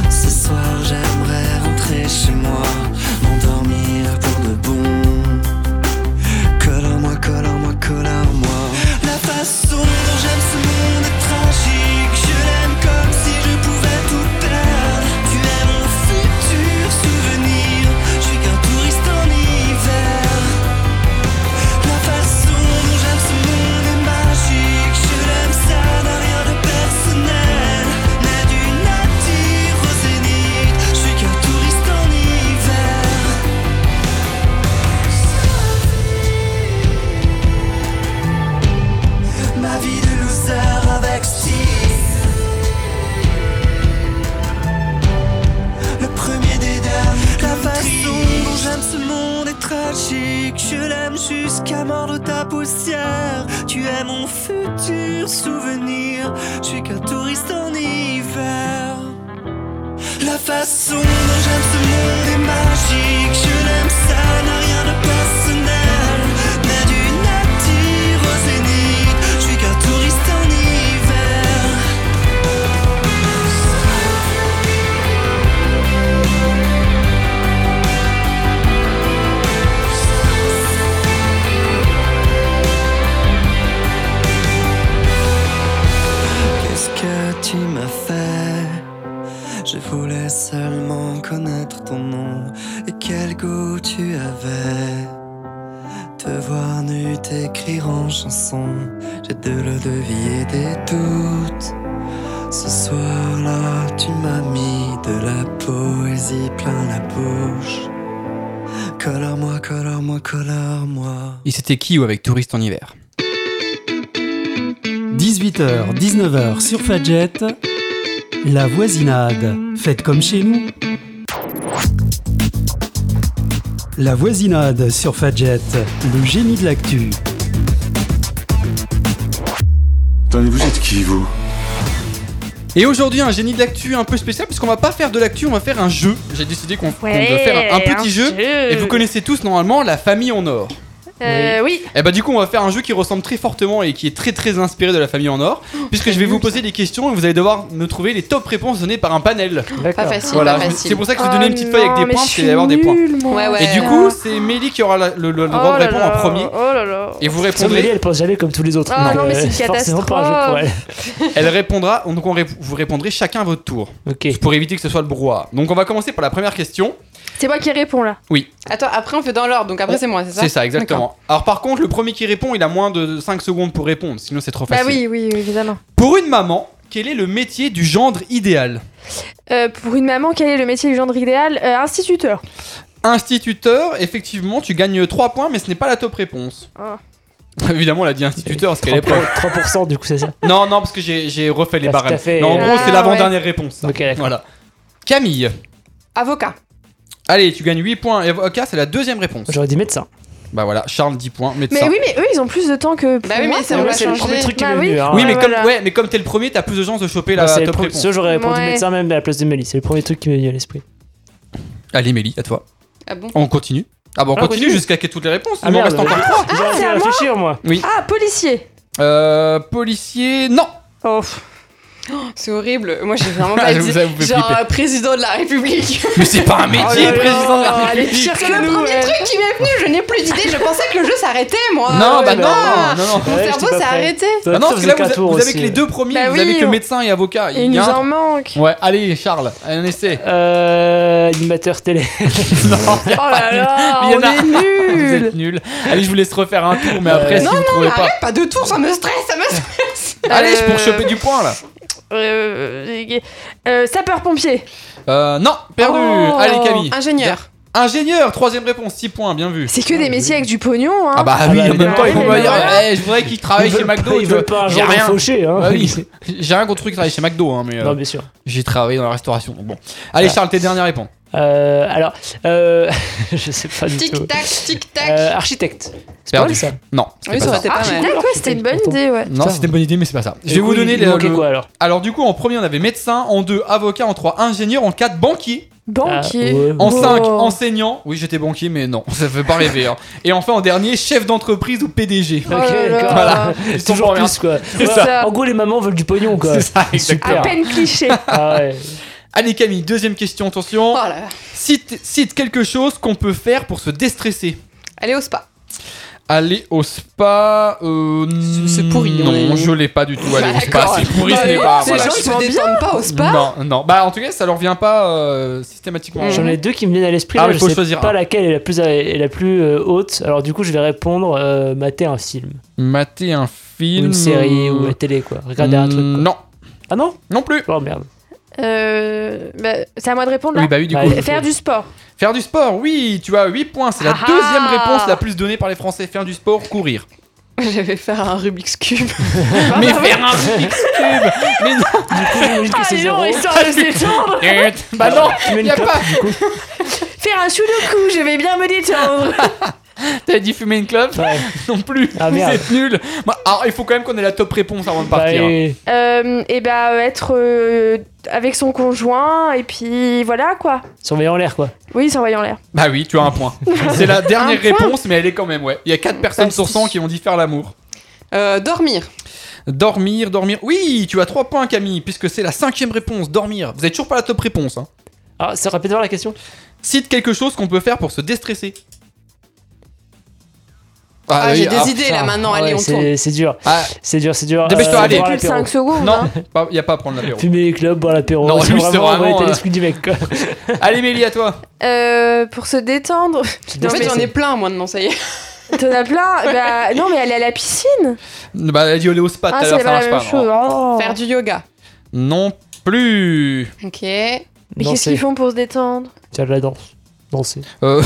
Ce soir j'aimerais rentrer chez moi, m'endormir pour de bon. Colore-moi, colore-moi, colore-moi. La façon dont j'aime ce monde est tragique. Je l'aime comme si je pouvais tout perdre. Tu es mon futur souvenir. Je suis qu'un touriste en hiver. La façon dont j'aime ce monde est magique Je l'aime, ça n'a rien de personnel Mais d'une attire au zénith Je suis qu'un touriste en hiver Ma vie de loser avec style Le premier des derniers La façon dont j'aime ce monde est tragique Je l'aime jusqu'à mordre ta poussière Tu es mon futur souvenir Je suis qu'un touriste en hiver la façon dont j'aime ce monde est magique Je l'aime, ça n'a rien de personnel Mais d'une attire au zénith Je suis qu'un touriste en hiver Qu'est-ce que tu m'as fait je voulais seulement connaître ton nom et quel goût tu avais. Te voir nu, t'écrire en chanson, j'ai de l'eau de vie et des doutes. Ce soir-là, tu m'as mis de la poésie plein la bouche. Colore-moi, colore-moi, colore-moi. Et c'était Kyo avec Touriste en hiver. 18h, 19h sur Fadjet, la voisinade. Faites comme chez nous. La voisinade sur Fadjet, le génie de l'actu. Attendez, vous êtes qui, vous Et aujourd'hui, un génie de l'actu un peu spécial, puisqu'on va pas faire de l'actu, on va faire un jeu. J'ai décidé qu'on qu'on Ouais, devait faire un, un petit jeu. Et vous connaissez tous normalement la famille en or. Euh, oui. Et bah du coup on va faire un jeu qui ressemble très fortement et qui est très très inspiré de la famille en or puisque je vais vous poser des questions et vous allez devoir me trouver les top réponses données par un panel. Pas D'accord. facile, Voilà, pas je- facile. c'est pour ça que je vais donner une petite feuille avec Oh des non, mais points je parce qu'il va y suis avoir des points. nulle, moi. Ouais, ouais. Et du coup c'est Mélie qui aura la- le, le- le droit Oh de là répondre en là, premier Oh là là. et vous Son Mélie, répondrez, elle pense jamais comme tous les autres. Ah, Donc, non, mais c'est euh, une forcément pas un jeu pour elle. (laughs) elle répondra, donc on rép- vous répondrez chacun à votre tour Ok. pour éviter que ce soit le brouhaha. Donc on va commencer par la première question. C'est moi qui réponds là. Attends, après on fait dans l'ordre, donc après c'est moi, c'est ça C'est ça, exactement. Alors par contre, le premier qui répond, il a moins de 5 secondes pour répondre, sinon c'est trop Bah facile. oui, oui, évidemment. Pour une maman, quel est le métier du gendre idéal Euh, pour une maman, quel est le métier du gendre idéal Euh, Instituteur. Instituteur, effectivement, tu gagnes 3 points, mais ce n'est pas la top réponse. Ah. (laughs) Évidemment, on l'a dit instituteur, parce qu'elle est 3%, propre. 3% du coup, c'est ça. Non, non, parce que j'ai j'ai refait les Parce que barèmes. t'as fait- Non, en gros, Ah, c'est l'avant-dernière réponse. ça. Ok, d'accord. Voilà. Camille, Avocat. allez, tu gagnes 8 points. Et ok, c'est la deuxième réponse. J'aurais dit médecin. Bah voilà, Charles 10 points, Mais médecin. oui, mais eux, ils ont plus de temps que. pour Bah oui, moi, mais ça, ça on va l'a- c'est le changer. premier truc qui Bah m'est venu, oui. hein. Oui, mais, Ouais, comme, voilà. ouais, mais comme t'es le premier, t'as plus de chances de choper Bah, la c'est le top premier- réponse. ça, j'aurais répondu Ouais. médecin même à la place de Mélie. C'est le premier truc qui m'est venu à l'esprit. Allez, Mélie, à toi. Ah bon On continue. Ah bon, on Ah, on continue, continue. jusqu'à qu'il y ait toutes les réponses. Ah, Il m'en merde. reste encore (laughs) trois. J'aurais c'est dû à moi réfléchir, moi. Ah, policier. Euh, policier, non. Oh, pff. C'est horrible. Moi j'ai (laughs) vraiment pas Je dit. Ah, vous- ça vous fait Genre flipper. euh, président de la République. (laughs) Oh Mais c'est pas un métier, là là. président de la Elle est République. pire que le premier truc qui m'est venu, je n'ai plus d'idée. Je pensais que le jeu s'arrêtait, moi. Non, Euh, bah ah, non, non, non. Ouais, Mon j'étais cerveau pas s'est prêt. arrêté. Bah non, parce que Ça faisait là, vous, a- qu'un tour vous avez aussi. que les deux premiers, Bah vous oui, avez que on- médecin et avocat. il y nous a un- en manque. Ouais, allez, Charles, un essai. Euh, animateur télé. (laughs) non, Oh là là, Il y en on a- est vous nuls. êtes nuls. Allez, je vous laisse refaire un tour, mais après, Euh, si non, vous trouvez pas. Arrête, pas de tour, ça me stresse, ça me stresse. (laughs) Allez, c'est pour Euh, choper du point là. Euh, euh, sapeur-pompier. Euh, non, perdu. Oh. Allez, Camille. Ingénieur. Ingénieur, troisième réponse, 6 points, bien vu. C'est que des métiers avec du pognon, hein. Ah bah Ah oui, bah, en même mais temps, ils non, vont mais me dire voilà. Eh, Je voudrais qu'ils travaillent Ils chez veulent McDo. pas- tu Ils vois. veulent pas un J'ai genre de rien. fauché, hein. Bah (laughs) oui. J'ai rien contre eux qui travaillent chez McDo, hein, mais euh, Non, bien sûr. j'ai travaillé dans la restauration. Bon, allez, Voilà. Charles, tes dernières réponses. Euh, alors, euh, (laughs) je sais pas du tout. Tic tac, tic tac. Euh, architecte. C'est pas Perdu. mal ça. Non, c'était oui, pas ça aurait ça. été Ah, pas Architecte, mal. ouais, Ah, c'était une bonne idée, ouais. Non, Putain. c'était une bonne idée, mais c'est pas ça. Je Et vais vous oui, donner il le- manquait le- quoi alors Alors, du coup, en premier, on avait médecin, en deux, avocat, en trois, ingénieur, en quatre, banquier, Banquier. Ah, ouais. en Oh. cinq, enseignant. Oui, j'étais banquier, mais non, (laughs) ça fait pas rêver. hein. Et enfin, en dernier, chef d'entreprise ou PDG. Oh là là. d'accord. Voilà. C'est toujours Ils plus quoi. Ouais, ça. En gros, les mamans veulent du pognon quoi. C'est ça, Super. À exactement. peine cliché. Ah ouais. Allez, Camille, deuxième question, Oh attention. là là. Cite, cite quelque chose qu'on peut faire pour se déstresser. Allez au spa. Aller au spa, euh, C'est- c'est pourri, Non, hein. on est- je l'ai pas du tout. Aller au spa, D'accord. c'est pourri, ce Bah, n'est pas. Ces voilà. gens qui se détendent pas au spa. Non, non. Bah, en tout cas, ça leur vient pas euh, systématiquement. Mhm. J'en ai deux qui me viennent à l'esprit. Ah, là, mais je faut sais choisir un. pas laquelle est la plus, est la plus euh, haute. Alors du coup, je vais répondre euh, mater un film, Mater un film. ou une série euh, ou la télé quoi. Regarder un truc. quoi. Non, Ah non non plus. Oh merde. Euh, bah, c'est à moi de répondre là. Oui, bah oui, du Bah, coup. oui. Faire du sport. Faire du sport, oui, tu as 8 points. C'est la Ah deuxième ah. réponse la plus donnée par les Français. Faire du sport, (laughs) courir. (laughs) Je vais faire un Rubik's Cube. (laughs) Ah, Mais bah faire un (laughs) Rubik's Cube Mais non Du coup, Ah, j'imagine que c'est zéro. histoire (laughs) de s'étendre. Bah non, Tu mets il une a clope, pas du coup. (laughs) Faire un sudoku, je vais bien me détendre. T'as dit fumer une clope Ouais. (laughs) Non plus. Ah, merde. C'est nul. Bah, alors, il faut quand même qu'on ait la top réponse avant de Bah, partir. et- Euh, et bah, euh, être euh, avec son conjoint, et puis voilà quoi. Surveiller en l'air quoi. Oui, s'envoyer en l'air. Bah oui, tu as un point. C'est la dernière Un point. réponse, mais elle est quand même, ouais. Il y a 4 personnes sur 100 qui ont dit faire l'amour. Euh, dormir. Dormir, dormir. Oui, tu as 3 points, Camille, puisque c'est la cinquième réponse, dormir. Vous êtes toujours pas la top réponse. Hein. Ah, c'est rapide voir la question. Cite quelque chose qu'on peut faire pour se déstresser. Ah, j'ai oui, des ah, idées là Putain. maintenant, Ah allez, ouais, on c'est- tourne. C'est dur, ah, c'est dur, c'est dur. Dépêche-toi, allez. boire Plus de l'apéro. 5 secondes. hein. (laughs) non, Ah, il n'y a pas à prendre l'apéro. Fumer les clubs, boire l'apéro. Non, c'est lui, c'est vraiment, on va vraiment, être à euh, l'esprit du mec quoi. Allez, Mélie, à toi. Euh, pour se détendre. En Non, fait, mais j'en ai plein, moi, de non, ça y est. T'en as (laughs) plein Bah non, mais aller à la piscine. (laughs) Bah, elle a dit aller au spa tout Ah, à c'est l'heure, pas ça la marche même pas. chose. Oh. Faire du yoga. Non plus. Ok. Mais qu'est-ce Danser. qu'ils font pour se détendre Faire de la danse. Danser. (laughs) Euh,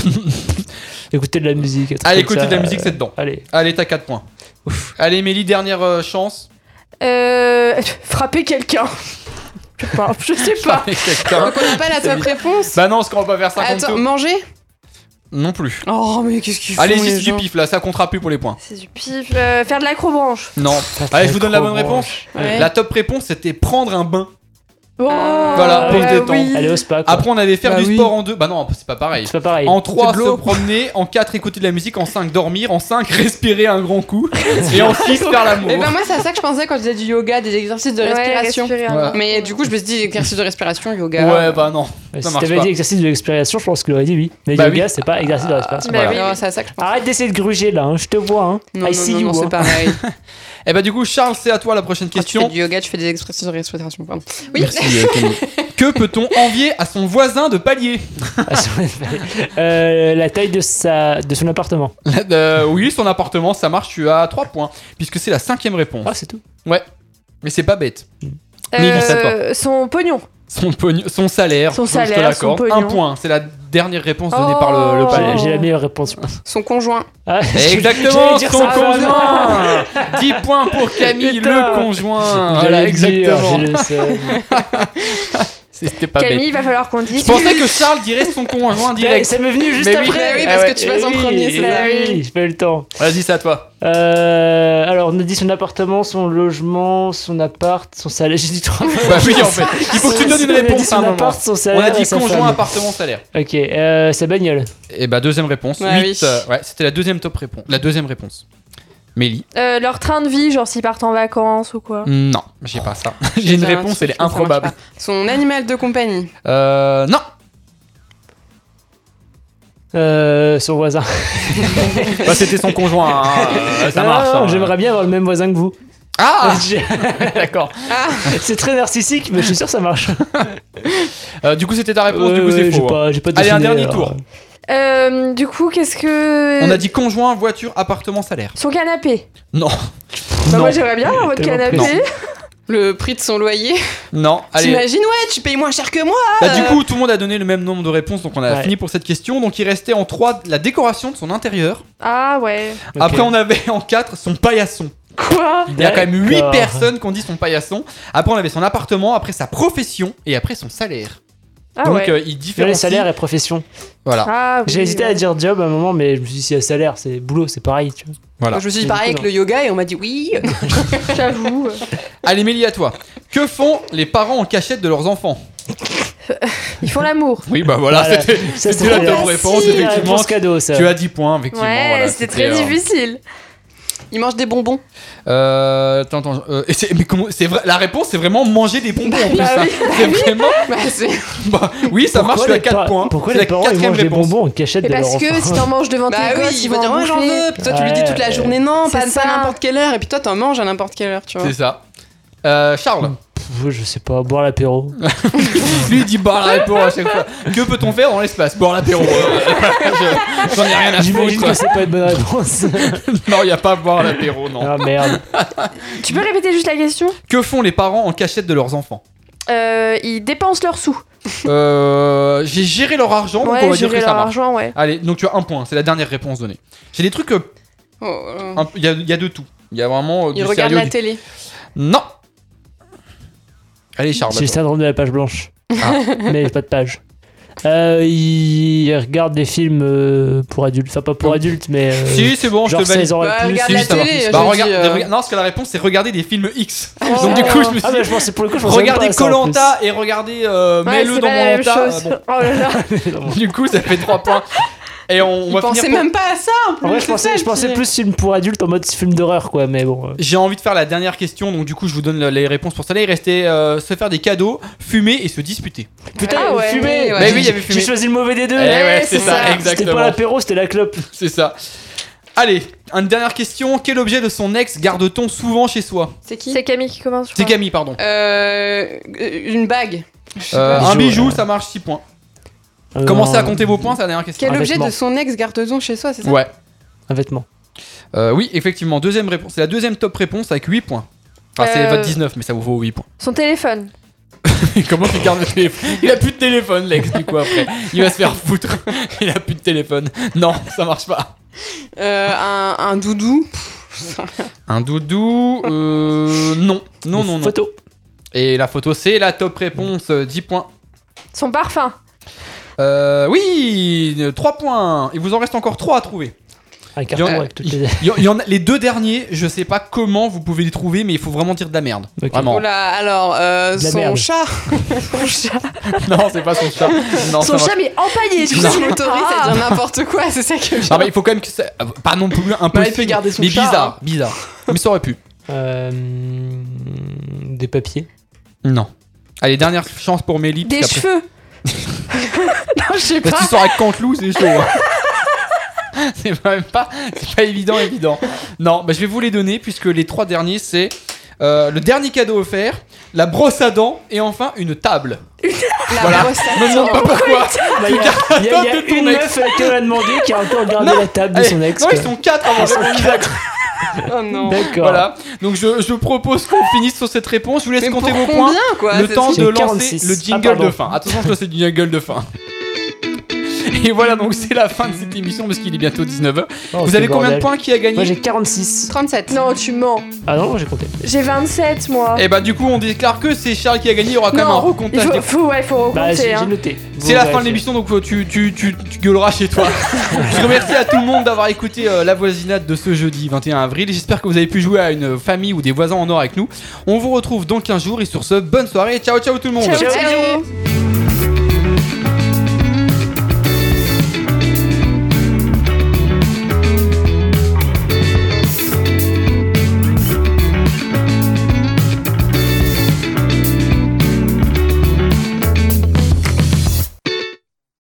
Écouter de la musique. un truc allez, comme écoutez ça, de la musique, euh, c'est dedans. Allez. Allez, t'as 4 points. Allez, Mélie, dernière euh, chance. Euh, (laughs) frapper quelqu'un. Je sais pas, je sais pas. Avec quelqu'un. Donc, on n'a pas la top réponse. bah non, parce qu'on va pas faire 50 Attends, tours. manger Non plus. Oh, mais qu'est-ce qu'ils font Allez, les c'est du gens pif là, ça comptera plus pour les points. C'est du pif. Euh, faire de l'acrobranche. Non. Allez, je vous donne la bonne réponse. Ouais. La top réponse c'était prendre un bain. Oh, Voilà, pour se détendre. oui. Allez au spa quoi. Après, on avait faire Bah du oui. sport en deux. Bah non, c'est pas pareil. C'est pas pareil. En 3, de l'eau. se promener. En 4, écouter de la musique. En 5, dormir. En 5, (laughs) respirer un grand (laughs) coup. Et en 6, faire l'amour. Eh ben, moi, c'est à ça que je pensais quand je disais du yoga, des exercices de Ouais, respiration. respirer un Ouais. peu. Mais du coup, je me suis dit, exercice de respiration, yoga. Ouais, bah non. Ouais, ça si marche t'avais pas. dit exercice de l'expiration, je pense qu'il aurait dit oui. Mais Bah yoga, oui. c'est pas exercice de l'expiration. Bah Voilà. oui. Non, c'est à ça que je pensais. Ah, Arrête d'essayer de gruger là, hein, je te vois. Hein. Non, I non, see non, you. non, c'est hein. (laughs) pareil. Et bah Eh du coup, Charles, c'est à toi la prochaine Quand tu fais question. du yoga, tu fais des exercices de respiration. pardon. Oui. Merci, euh, Camille. Que peut-on envier à son voisin de palier (laughs) Euh, la taille de, sa, de son appartement. Euh, Oui, son appartement, ça marche, tu as 3 points, puisque c'est la cinquième réponse. Ah, c'est tout. Ouais, mais c'est pas bête. Mais il sait Euh, son pognon. Son, pogno- son salaire, Son je te salaire, l'accorde. son un pognon. point, c'est la dernière réponse donnée par le, le Oh. palier. J'ai- J'ai la meilleure réponse, je pense. (laughs) Son conjoint. Ah, Exactement, j'allais dire son ça, vraiment. conjoint (laughs) 10 points pour Camille, Putain. le conjoint J'allais Ah, Voilà, le dire, exactement. je le sais. (laughs) C'était pas Camille, bête. il va falloir qu'on Je dise. pensais (laughs) que Charles dirait son conjoint direct. Ça m'est venu juste Mais oui, après. mais oui, parce Ah que ouais, tu vas eh en oui, premier, c'est eh la oui, j'ai pas eu le temps. Vas-y, c'est à toi. Euh, alors, on a dit son appartement, son logement, son appart, son salaire. (laughs) J'ai dit trois fois. Bah oui, en fait. Il faut que tu me donnes une On a dit réponse son à un moment. appart, son On salaire a et dit sa conjoint, femme. appartement, salaire. Ok, euh, sa bagnole. Et bah, deuxième réponse. Ouais, Huit, oui. euh, ouais, c'était la deuxième top réponse. La deuxième réponse. Mélie Euh, leur train de vie, genre s'ils partent en vacances ou quoi. Non, j'ai pas ça. (laughs) J'ai une J'ai un réponse, truc, elle est ça marche improbable. pas. Son animal de compagnie. Euh, non Euh, son voisin. (laughs) Bah, c'était son conjoint, hein. (laughs) Euh, ça Non, marche. non, hein. J'aimerais bien avoir le même voisin que vous. (laughs) Ah D'accord. Ah. (laughs) C'est très narcissique, mais je suis sûr que ça marche. Euh, Du coup, c'était ta réponse, Ouais, du coup, ouais, c'est j'ai faux. hein. pas- j'ai pas Allez, un deviné, dernier alors. tour. Euh, du coup, qu'est-ce que. On a dit conjoint, voiture, appartement, salaire. Son canapé. Non. Bah, non. moi j'aimerais bien avoir votre Tellement canapé. précis. Le prix de son loyer. Non. Allez. T'imagines, ouais, tu payes moins cher que moi. Bah, euh, du coup, tout le monde a donné le même nombre de réponses, donc on a Ouais. fini pour cette question. Donc il restait en 3 la décoration de son intérieur. Ah ouais. Ok. Après, on avait en 4 son paillasson. Quoi Il y a quand même 8 D'accord. personnes qui ont dit son paillasson. Après, on avait son appartement, après sa profession et après son salaire. Ah donc ouais. euh, il Là, les différencie. salaires et profession. Voilà. Ah oui, J'ai hésité à ouais. dire job à un moment, mais je me suis dit, si à salaire, c'est boulot, c'est pareil. Tu vois. Voilà. Je me suis dit C'est pareil du coup, avec le yoga et on m'a dit oui. (laughs) (laughs) J'avoue. Allez, Mélie, à toi. Que font les parents en cachette de leurs enfants Ils font l'amour. Oui, bah voilà, Voilà. c'était Ça, c'était la top facile. réponse, C'est la effectivement. réponse cadeau, ça. Tu as 10 points, effectivement. Ouais, voilà, c'était très euh, difficile. Il mange des bonbons. Euh, attends, attends, euh, et c'est- mais comment, c'est vrai, la réponse c'est vraiment manger des bonbons en plus. Bah hein. oui. C'est (laughs) vraiment, Bah, c'est- bah, oui, ça marche, Pourquoi tu as les 4 pa- points. Pourquoi C'est les la parents ils quatrième mangent des réponse. bonbons en cachette Et de leur parce que si enfant t'en manges devant tes bah oui, gosses, il va dire ouais, j'en veux. Puis toi, tu lui dis toute la Ouais. journée non, pas, C'est ça. pas à n'importe quelle heure. Et puis toi, t'en manges à n'importe quelle heure, tu (laughs) vois. C'est ça. (laughs) Euh, Charles, Pff, Je sais pas, boire l'apéro. Ah, lui il dit boire la réponse à (laughs) chaque fois. Que peut-on faire dans l'espace Boire l'apéro. euh, (laughs) je- J'en ai rien à J'imagine que foutre. c'est pas une bonne réponse. (laughs) Non, il n'y a pas boire l'apéro, non. ah merde. Tu peux répéter juste la question Que font les parents en cachette de leurs enfants Euh, Ils dépensent leurs sous. euh, J'ai géré leur argent, donc on Ouais, va dire gérer que leur ça marche. argent, ouais. Allez, donc tu as un point, c'est la dernière réponse donnée. J'ai des trucs, euh, Oh, Mm. euh, un- il y, a, il y a de tout. Il y a vraiment euh, du il regarde sérieux, la du- télé. Non. Allez, Charles. J'ai le attends. syndrome de la page blanche. Ah. (laughs) Mais j'ai pas de page. Euh, il il regarde des films euh, pour adultes. Enfin, pas pour Oh. adultes, mais. euh, Si, c'est bon, je te genre valide. 16 ans et Bah, plus. regarde Si, la ça va. télé, Bah, j'ai regarde- dit, euh. regarde- Non, parce que la réponse c'est regarder des films X. Oh. Donc du coup, je me suis Ah, bah, dit, je pensais (laughs) pour le coup, je pensais même pas regardez à ça, en Colanta et regardez euh, Ouais, Mets-le c'est dans pas la mon même tas. chose. Euh, bon. (laughs) Oh (laughs) là là. plus. (laughs) Du coup, ça fait 3 points. Et on, on Il va pensait finir. pour- même pas à ça en plus. En vrai, je c'est pensais, ça, je pensais puis- plus film pour adultes en mode film d'horreur, quoi. Mais bon. euh, J'ai envie de faire la dernière question, donc du coup, je vous donne la- les réponses pour ça. Là, il restait euh, se faire des cadeaux, fumer et se disputer. Putain, Ah il y avait ouais, fumé. oui, ouais. Mais oui, il y J'ai- avait fumé. J'ai choisi le mauvais des deux. Eh ouais, c'est c'est ça, ça. C'était pas exactement. l'apéro, c'était la clope. C'est ça. Allez, une dernière question. Quel objet de son ex garde-t-on souvent chez soi C'est qui C'est Camille qui commence, je C'est crois. Camille, pardon. Euh, Une bague. Euh, pas. un Bijou, bijou, ouais. ça marche 6 points. Euh, Commencez à un- compter vos points, c'est la dernière question. Quel Un objet vêtement. de son ex garde-t-on chez soi, c'est ça Ouais. (laughs) Un vêtement. Euh, oui, effectivement, deuxième réponse. C'est la deuxième top réponse avec 8 points. Enfin, c'est Euh. votre 19, mais ça vous vaut 8 points. Son téléphone. Et comment tu gardes le téléphone (laughs) Il a plus de téléphone, Lex, du coup, après. Il va se faire foutre. (laughs) Il a plus de téléphone. Non, ça marche pas. Euh, un, un doudou. Un doudou. Euh. Non. Non, Une non, non. Photo. Et la photo, c'est la top réponse, euh, 10 points. Son parfum. Euh. Oui 3 points Il vous en reste encore 3 à trouver. Un carton Il y en- avec toutes les. Il y en- il y en a, les deux derniers, je sais pas comment vous pouvez les trouver, mais il faut vraiment dire de la merde. Ok. Vraiment. Oh là, alors, euh, De la son merde. chat. Son chat. (laughs) Non, c'est pas son chat. Non, ça Son marche chat, mais empaillé. Ah. Tu tu sais, sais. il m'autorise à dire (laughs) n'importe quoi, c'est ça que je. Non mais il faut quand même que ça... euh, Pas non plus un peu... il peut garder son mais chat, hein. bizarre, bizarre. Mais ça aurait pu. Euh, Hmm, des papiers. Non. Allez, dernière chance pour Mélie. Des parce qu'après- (laughs) (laughs) cheveux. (laughs) non, je sais Parce pas. qu'il sort (laughs) avec Cantelou, c'est chaud. hein. (laughs) c'est pas- même pas... C'est pas évident, évident. Non, bah, je vais vous les donner puisque les trois derniers, c'est... euh, le dernier cadeau offert, la brosse à dents et enfin une table. La Voilà. brosse à Me demande dents. pas pourquoi. Bah, Il y a, il y a- il y a Attends, ton une ex. meuf euh, qui l'a demandé qui a encore gardé Non. la table de Allez, son ex. non, quoi. ils sont quatre avant de répondre Isaac. Oh non. D'accord. Voilà. Donc je, je propose qu'on finisse sur cette réponse. Je vous laisse Mais pour compter vos combien points. quoi le c'est- temps c'est de 46. lancer le Ah, jingle pardon. de fin. Attention, je lance le jingle de fin. Et voilà, donc c'est la fin de cette émission parce qu'il est bientôt 19h. Oh, Vous c'est avez combien bordel. de points qui a gagné Moi j'ai 46. 37. Non, tu mens. Ah non, j'ai compté. J'ai 27, moi. Et bah du coup, on déclare que c'est Charles qui a gagné. Il y aura quand même un il recomptage. faut, des- faut- ouais, faut Bah j'ai j'ai recompter. hein. noté. bah, C'est la fin de l'émission, donc euh, tu, tu, tu, tu gueuleras (laughs) chez toi. Je remercie à tout le monde d'avoir écouté euh, la voisinade de ce jeudi 21 avril. J'espère que vous avez pu jouer à une famille ou des voisins en or avec nous. On vous retrouve dans 15 jours et sur ce, bonne soirée. Ciao, ciao tout le monde. Ciao, ciao. Ciao.